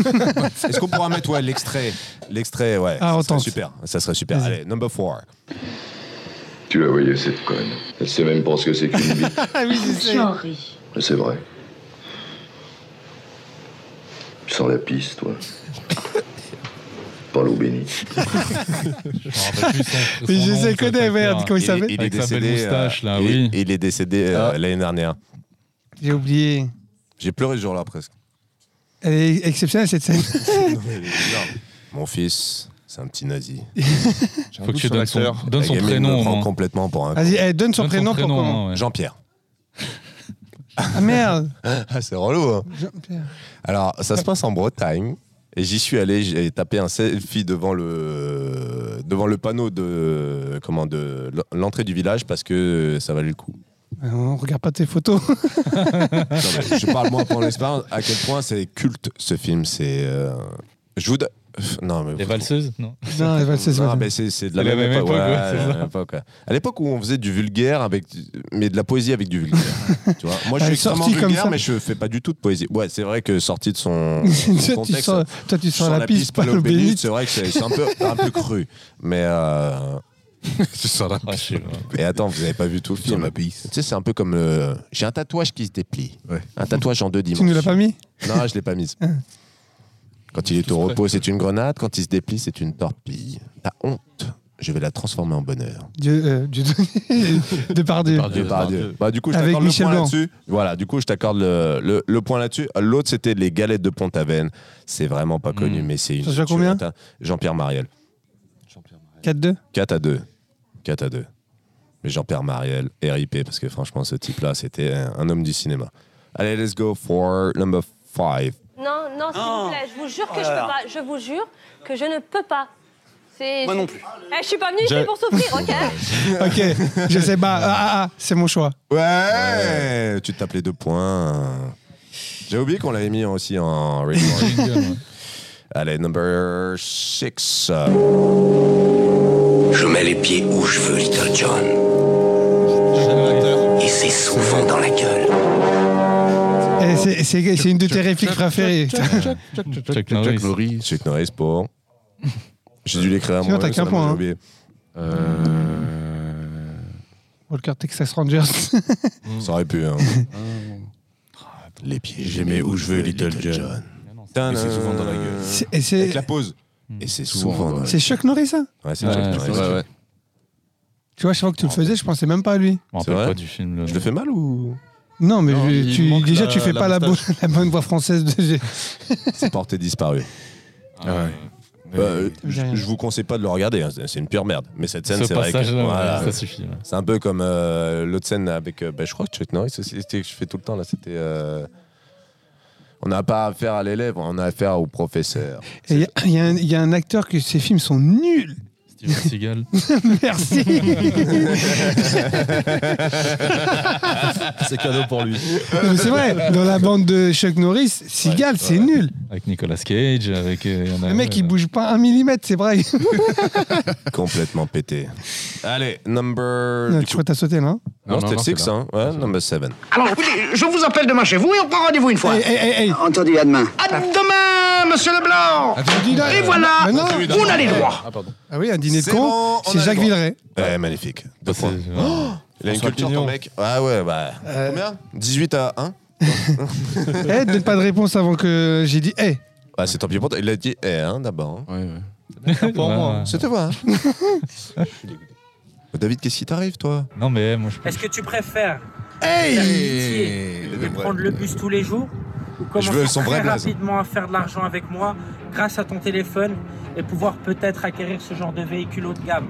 Est-ce qu'on pourra mettre ouais, l'extrait L'extrait, ouais.
Ah,
ça
on
serait
tente.
super. Ça serait super.
Vas-y.
Allez, number four.
Tu la voyais, cette conne. Elle sait même pas ce que c'est qu'une bite.
Ah oui,
Henri.
Mais C'est vrai. Tu sens la pisse, toi. Par l'eau bénie.
Je me rappelle plus son-
Mais
son
je
nom,
sais
cet
que des,
acteur.
merde, comment il
est-
s'appelle
il est
Avec sa belle
décédé. euh,
moustache, là,
il,
oui.
il est décédé euh,
Ah.
l'année dernière.
J'ai oublié.
J'ai pleuré ce jour-là presque.
Elle est exceptionnelle cette scène.
Non, mais il est énorme. Mon fils, c'est un petit nazi.
Faut que tu donnes son, donne
La
son
gamine
prénom
me
hein. Ah, au
prend
moins.
complètement pour un. con.
Vas-y, eh, donne son
Donne
prénom pour comment
hein, ouais.
Jean-Pierre. hein.
Ah merde
Ah, c'est relou. hein.
Jean-Pierre.
Alors, ça se passe en Bretagne. Et j'y suis allé, j'ai tapé un selfie devant le, devant le panneau de, comment, de l'entrée du village parce que ça valait le coup.
Euh, On regarde pas tes photos.
Ah.
Non, mais je parle moi pour l'expérience, à quel point c'est culte ce film. C'est, euh, je vous, do- Non, mais
Les valseuses Non.
Non, les valseuses,
Non,
ouais.
Ah, mais c'est c'est de la même, époque. ouais,
ouais, c'est
la
ça.
même époque, ouais. À l'époque où on faisait du vulgaire avec, mais de la poésie avec du vulgaire. tu vois Moi, je
Elle
suis
est
extrêmement
sortie comme
vulgaire,
ça.
mais je fais pas du tout de poésie. Ouais, c'est vrai que sorti de son, son
toi, tu
contexte,
sens, toi, tu sens
sur
la, piste, pas le
paléo-bénite,
bénite.
c'est vrai que c'est c'est un peu, un peu cru. Mais euh,
Tu sens la
Ah, je sais pas.
et attends, vous avez pas vu tout le
sur
film.
la
Tu
piste.
sais, c'est un peu comme le. J'ai un tatouage qui se déplie.
Ouais.
Un tatouage en deux
Tu
dimensions.
nous l'as pas mis
Non, je l'ai pas
Ah.
mise. Quand il est au repos, c'est une grenade. Quand il se déplie, c'est une torpille. La honte, je vais la transformer en bonheur.
Dieu, euh, Dieu de... Depardieu.
Dieu par Dieu. Bah, du coup, je
Avec
t'accorde le
Michel
point
Blanc.
là-dessus. Voilà, du coup, je t'accorde le, le- le point là-dessus. L'autre, c'était les galettes de Pont-Aven. C'est vraiment pas connu,
Mm.
mais c'est une.
Ça se joue à
tuerie.
combien
Attends, Jean-Pierre Mariel.
4-2
4 à 2. 4 à 2. Mais Jean-Pierre Mariel, RIP, parce que franchement, ce type-là, c'était un, un homme du cinéma. Allez, let's go for number 5.
Non, non, s'il vous plaît, je vous jure
Oh
que je peux pas. Je vous jure que je ne peux pas. C'est-
Moi non plus.
Eh, je suis pas venue ici
J'ai-
pour souffrir, ok
Ok, je sais pas. Ah, ah, ah, c'est mon choix.
Ouais, Tu te tapes les deux points. J'ai oublié qu'on l'avait mis aussi en rating. Allez, number 6.
Je mets les pieds où je veux, Little John. Et c'est souvent dans la gueule.
Eh, c'est- C'est c'est une de tes répliques préférées.
Ah
Chuck Norris.
Norris.
Chuck Norris pour. J'ai dû l'écrire à
Sinon,
moi.
t'as
ça
qu'un
m'a-
point,
j'ai
hein.
oublié.
Euh...
Walker Texas Rangers. Mm.
Ça aurait pu. hein.
Les pieds. J'aimais où je veux, Little John.
Et c'est souvent dans la gueule.
C'est- et c'est-
Avec la pause. Et c'est souvent dans la
C'est Chuck Norris, ça
gueule. Ouais, c'est
Ouais,
Chuck
ouais,
Norris.
ouais,
ouais.
Tu vois, chaque fois que tu le faisais, je pensais même pas à lui.
Je me
C'est
rappelle
vrai
pas du film. le-
Je le fais mal ou
Non, mais
Non,
je-
il
tu,
manque
déjà,
la-
tu fais
la
pas la, bo-
moustache.
la bonne voix française. De...
c'est porté disparu
Ah,
Ouais.
ouais.
Bah, euh,
J'ai
je,
rien.
je vous conseille pas de le regarder, hein, c'est c'est une pure merde. Mais cette scène,
Ce
c'est vrai que
passage-là, ouais,
voilà.
ça suffit. ouais.
c'est un peu comme euh, l'autre scène avec, euh, bah, je crois que Chuck Norris aussi, c'était que je fais tout le temps là. C'était, euh, on n'a pas affaire à l'élève, on a affaire au professeur.
Et Il y, a- il y a un- il y a un acteur que ses films sont nuls.
Steven Seagal.
Merci.
C'est cadeau pour lui.
Non, mais c'est vrai, dans la bande de Chuck Norris, Seagal, c'est nul.
Avec Nicolas Cage, avec. euh, il y en a-
Le mec, il
euh,
bouge pas un millimètre, c'est vrai.
Complètement pété. Allez, number.
Non,
du
tu
coup-
crois que t'as sauté, là
non,
Non,
c'était
non,
le
non,
6,
c'est là.
hein. Ouais, number 7.
Alors, je vous, dis- je vous appelle demain chez vous et on prend rendez-vous une fois.
Hey, hey, hey, hey.
Entendu, à demain. À demain, monsieur Leblanc
Dis là,
Et
euh,
voilà,
maintenant.
on a les droits.
Ah oui, un dîner de
C'est
con,
bon, on
c'est
a
Jacques
les droits.
Villeray.
Ouais, Eh, magnifique. Deux
c'est-
points.
Oh
Il a une
François
culture,
Pignon.
ton mec. Ah ouais, bah.
Euh.
Combien 18 à 1
Eh, donne pas de réponse avant que j'ai dit Eh,
Ah, c'est tant pis pour toi. Il a dit, eh, hein, d'abord. hein.
Ouais, ouais.
Pour
Ouais,
moi.
ouais.
C'est te voir. hein. David, qu'est-ce qui t'arrive, toi
Non, mais moi, je
Est-ce que tu préfères
Hey
de prendre le bus tous les jours ou commencer
veux son vrai
très
blaze.
rapidement à faire de l'argent avec moi grâce à ton téléphone et pouvoir peut-être acquérir ce genre de véhicule haut de gamme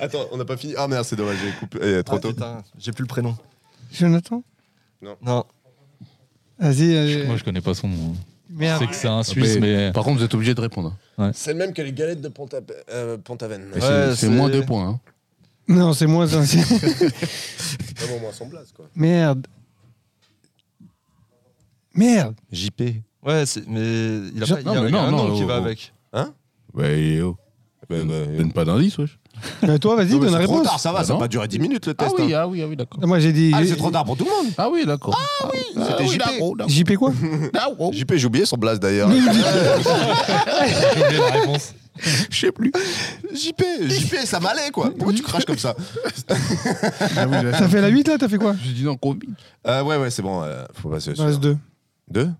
Attends, on n'a pas fini. Ah merde, c'est dommage, j'ai coupé eh, trop
Ah,
tôt.
putain, J'ai plus le prénom.
Jonathan
Non.
Vas-y, euh,
Moi, je connais pas son nom. Je
merde.
sais que c'est un Suisse, mais.
Par contre, vous êtes obligé de répondre.
C'est le même que les galettes de Ponta- euh, Pontaven.
Et
Ouais,
c'est- c'est
c'est-
moins deux points. hein.
Non, c'est moi, ça. c'est-
Comme au moins son blaze, quoi.
Merde. Merde.
JP.
Ouais, c'est- mais il a
Je-
pas. il y
non,
a-
mais
il y a
non,
un
non,
nom qui
oh,
va
oh.
avec.
Ouais, yo.
Bah, bah,
Donne pas d'indice, wesh.
Mais Euh, toi, vas-y, donne la
trop
réponse.
tard, ça va,
Bah
ça va
non.
pas durer 10 minutes le test. hein.
ah oui, ah oui, d'accord.
Moi, j'ai dit.
Ah,
j'ai-
c'est trop tard pour tout le monde.
Ah oui, d'accord. Ah oui,
c'était JP.
JP quoi
JP, Oh, j'ai oublié son blaze d'ailleurs.
J'ai oublié la réponse.
Je sais plus. JP, JP, ça m'allait quoi. Pourquoi tu craches comme ça
Ça fait la 8 là T'as fait quoi
J'ai dit non, combien
Euh, Ouais, ouais, c'est bon. euh, faut passer. au
Il en reste
suivant.
deux.
Deux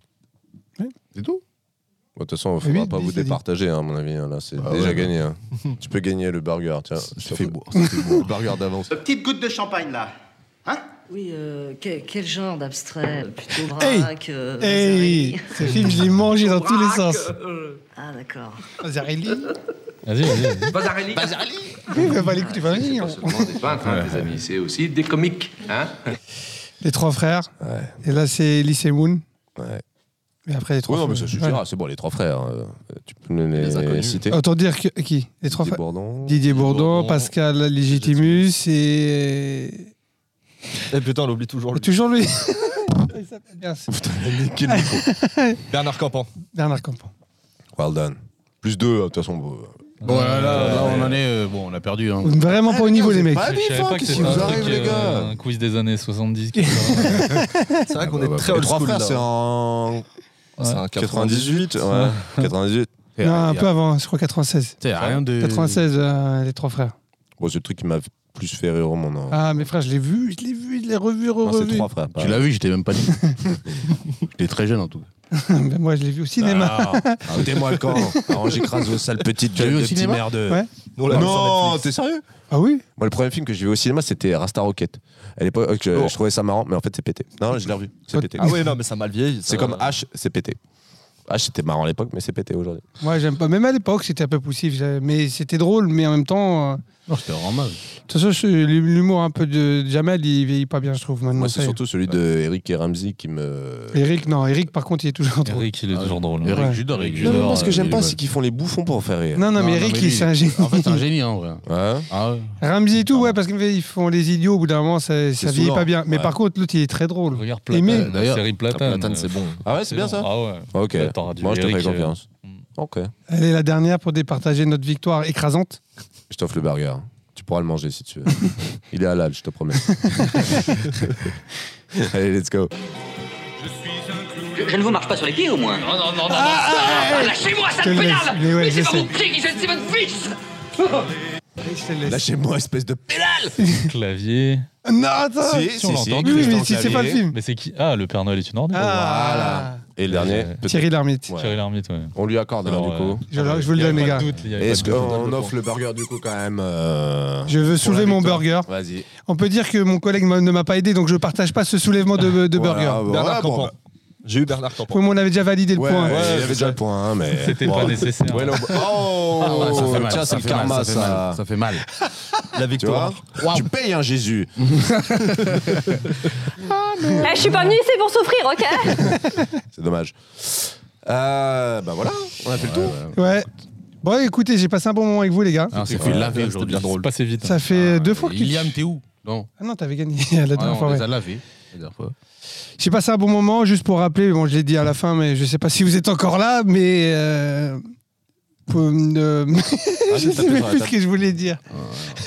C'est tout
Bon, De toute façon, il ne
Huit,
faudra pas
dix,
vous
t'as dit.
départager, hein, à mon avis. hein, Là, c'est déjà
ouais.
gagné. hein. tu peux gagner le burger, tiens.
Ça fait boire.
Le burger d'avance.
Petite goutte de champagne, là. Hein
Oui, euh, que- quel genre d'abstrait euh, Plutôt
Hey
braque, euh,
Hey
Vasarely.
Ce film, je l'ai mangé dans tous les sens.
Ah d'accord.
Vasarely
Vas-y, vas-y. vas-y.
Vasarely
Oui, mais pas l'écouter, Vasarely.
des peintres, hein, tes amis, c'est aussi des comiques. Hein
Les trois frères.
Ouais.
Et là, c'est Lee Moon.
Ouais.
Et après, les trois
Oui, non, mais
frères.
ça suffira. C'est bon, les trois frères. euh, tu peux nous
Les
les,
inconnus.
citer
Ouais. Autant dire que. Qui Les trois
Didier
frères
Bourdon.
Didier Bourdon,
Bourdon,
Pascal Legitimus et.
Et Eh, putain, on l'oublie toujours. lui.
Toujours lui Il s'appelle bien, c'est
Putain, il a niqué le micro.
Bernard Campan.
Bernard Campan.
Well done. Plus deux, hein, de toute façon. euh,
Bon, là, là, là, on en est. euh, bon, on a perdu. hein.
Vraiment pas au niveau, les mecs.
Pas
Je savais
vif,
pas
hein,
que
qu'est-ce qui
c'était un
vous
truc,
arrive, les
euh,
gars
Un quiz des années 70. qui-
C'est vrai qu'on est très
Les
old
trois
school.
frères,
là. hein.
c'est en.
C'est un
98, ouais. 98.
Non, un peu avant, je crois 96.
T'sais, y a rien de.
96, euh, les trois frères.
Bon, c'est le truc qui m'a plus fait rire au monde. hein.
Ah, mes frères, je l'ai vu, je l'ai vu, je l'ai revu,
Non, c'est
revu.
trois frères. pas-
Tu l'as vu, j'étais même pas né. j'étais très jeune en tout cas.
Ben, moi, je l'ai vu au cinéma.
Ah. Arrêtez-moi le camp. Alors j'écrase vos sales petites
Tu l'as
gueules
vu au
de petits
cinéma
merdeux.
Ouais.
Nous, on l'a vu sur
Non,
Netflix.
t'es sérieux
Ah oui
Moi, le premier film que j'ai vu au cinéma, c'était Rasta Rocket. À l'époque, je, je trouvais ça marrant, mais en fait, c'est pété. Non, je l'ai revu. C'est
Toi-
pété.
Ah ouais, non, mais ça a mal vieilli.
C'est
ça.
comme H, c'est pété. H, c'était marrant à l'époque, mais c'est pété aujourd'hui.
Moi, j'aime pas. Même à l'époque, c'était un peu poussif. j'avais- Mais c'était drôle, mais en même temps. euh,
Non, c'était vraiment mal.
De toute façon, je- l'humour un peu de Jamel, il vieillit pas bien, je trouve, maintenant.
Moi, c'est
ça y est.
surtout euh, celui de Eric et Ramsey qui me.
Eric, non, Eric, par contre, il est toujours drôle.
Eric,
Ah,
il est toujours drôle. hein.
Eric
Ouais.
Judor, Eric
Non,
Judor.
mais moi, ce
euh,
que j'aime
il
pas,
est
c'est qu'ils font les bouffons pour faire rire.
Non, non, mais
Non, non,
Eric,
mais
il
lui,
c'est un génie. Oh,
bon. En fait, c'est un génie, hein, en vrai.
Ouais.
Ah ouais.
Ramsey et tout, ouais, parce qu'ils font les idiots, au bout d'un moment, ça, ça
C'est
vieillit
saoulant,
pas bien. Mais
ouais.
par contre, l'autre, il est très drôle.
Regarde
Et mais-
Platane, la
D'ailleurs,
série Platane.
Platane,
euh,
c'est bon. Ah ouais, c'est bien ça
Ah ouais.
Ok.
Là, t'auras du
Moi, je te fais
Eric, euh,
confiance. Ok.
Allez, la dernière pour départager notre victoire écrasante.
Je t'offre le burger. Tu pourras le manger si tu veux. Il est halal, je te promets. Allez, let's go.
Je, je ne vous marche pas sur les pieds au moins.
Non, non, non, non.
Lâchez-moi, ça
Je
me
le laisse.
pénale
Mais ouais, je
c'est pas
sais.
mon pied qui gêne, c'est votre fils
Lâchez-moi, espèce de pédale
euh, Clavier.
Non, attends
Ah, Si,
Si,
si,
on
si,
l'entend.
Oui, oui, mais
Christian
si c'est pas le
Clavier.
film.
Mais c'est qui Ah, le Père Noël est une ordure.
Ah
Et le dernier,
Euh,
peut-être,
Thierry Lhermitte.
Thierry Lhermitte, ouais.
on lui accorde alors,
Alors,
Ah, du coup.
Je, je vous le donne, les gars.
Est-ce qu'on offre le burger du coup quand même euh,
Je veux
pour
soulever
la
mon
victoire
burger.
Vas-y.
On peut dire que mon collègue m'a- ne m'a pas aidé, donc je partage pas ce soulèvement de, de
Voilà,
burger.
bon,
Bernard
voilà, bon,
Campan.
bah,
J'ai eu Bernard Campan.
Oui, mais on avait déjà validé le
Ouais,
point.
ouais, il y
Ouais,
avait déjà le point, hein, mais.
C'était
Bon.
pas nécessaire.
Ouais, non, bah- Oh,
ça Ah, fait mal,
tiens,
ça
c'est le
fait mal,
karma,
ça fait
ça.
mal, ça fait mal.
La
Tu vois
victoire.
Tu payes un Jésus.
Eh, je suis pas venu ici pour souffrir, ok
C'est dommage. Euh, bah voilà, on a fait le tour.
Ouais. Bon, écoutez, j'ai passé un bon moment avec vous, les gars.
Ah, on s'est fait laver aujourd'hui.
drôle. Passé vite.
Ça fait deux fois que tu...
Iliam, t'es où Non,
Ah non, t'avais gagné la
Ah
dernière
non,
fois,
on
ouais.
les a lavés. la dernière fois.
J'ai passé un bon moment, juste pour rappeler, bon, je l'ai dit à la fin, mais je sais pas si vous êtes encore là, mais... euh, pour- euh, je
Arrête de
sais
taper
même
sur la
plus ce
table.
que je voulais dire.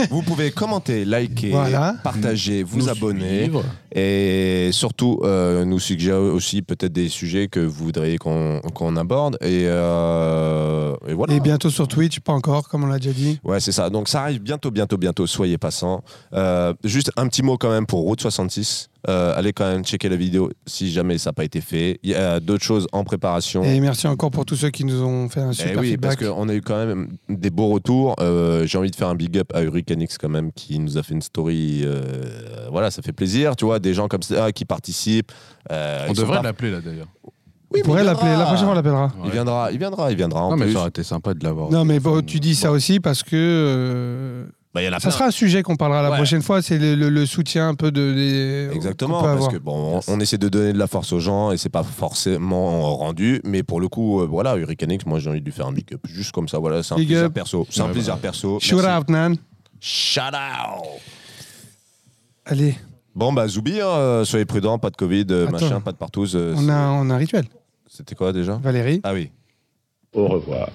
Vous pouvez commenter, liker,
Voilà.
partager, vous
Nous
abonner.
suivre.
Et surtout, euh, nous suggérer aussi peut-être des sujets que vous voudriez qu'on qu'on aborde. Et, euh, et voilà.
Et bientôt sur Twitch, pas encore, comme on l'a déjà dit.
Ouais, c'est ça. Donc ça arrive bientôt, bientôt, bientôt. Soyez patients. Euh, juste un petit mot quand même pour Route 66. Euh, allez quand même checker la vidéo si jamais ça n'a pas été fait. Il y a d'autres choses en préparation.
Et merci encore pour tous ceux qui nous ont fait un
Eh
super
oui,
feedback.
parce qu'on a eu quand même des beaux retours. Euh, J'ai envie de faire un big up à Hurricanix quand même, qui nous a fait une story. euh, voilà, ça fait plaisir, tu vois, des gens comme ça qui participent. Euh,
On
ils sont
devrait
pas-
l'appeler là d'ailleurs.
On pourrait
il
l'appeler, la
viendra.
prochaine fois on l'appellera.
Il viendra, il viendra, il viendra. En
Non, mais
plus.
ça aurait été sympa de l'avoir.
Non mais bon, tu dis ça aussi parce que euh,
Bah, il y en a
ça
plein.
sera un sujet qu'on parlera la
Ouais.
prochaine fois, c'est le, le- le soutien un peu de des,
Exactement,
qu'on peut
parce
avoir.
que bon, on, on essaie de donner de la force aux gens et c'est pas forcément rendu, mais pour le coup, euh, voilà, Hurricanix, moi j'ai envie de lui faire un big up, juste comme ça, voilà, c'est un
Big
plaisir
up.
perso. C'est un
Ouais,
plaisir perso.
Shout
Merci.
out, Nan.
Shout out.
Allez,
Bon, bah, Zoubir, euh, soyez prudents, pas de Covid, euh,
Attends.
machin, pas de partouze. euh,
on a, on a un rituel.
C'était quoi déjà
Valérie.
Ah oui.
Au revoir.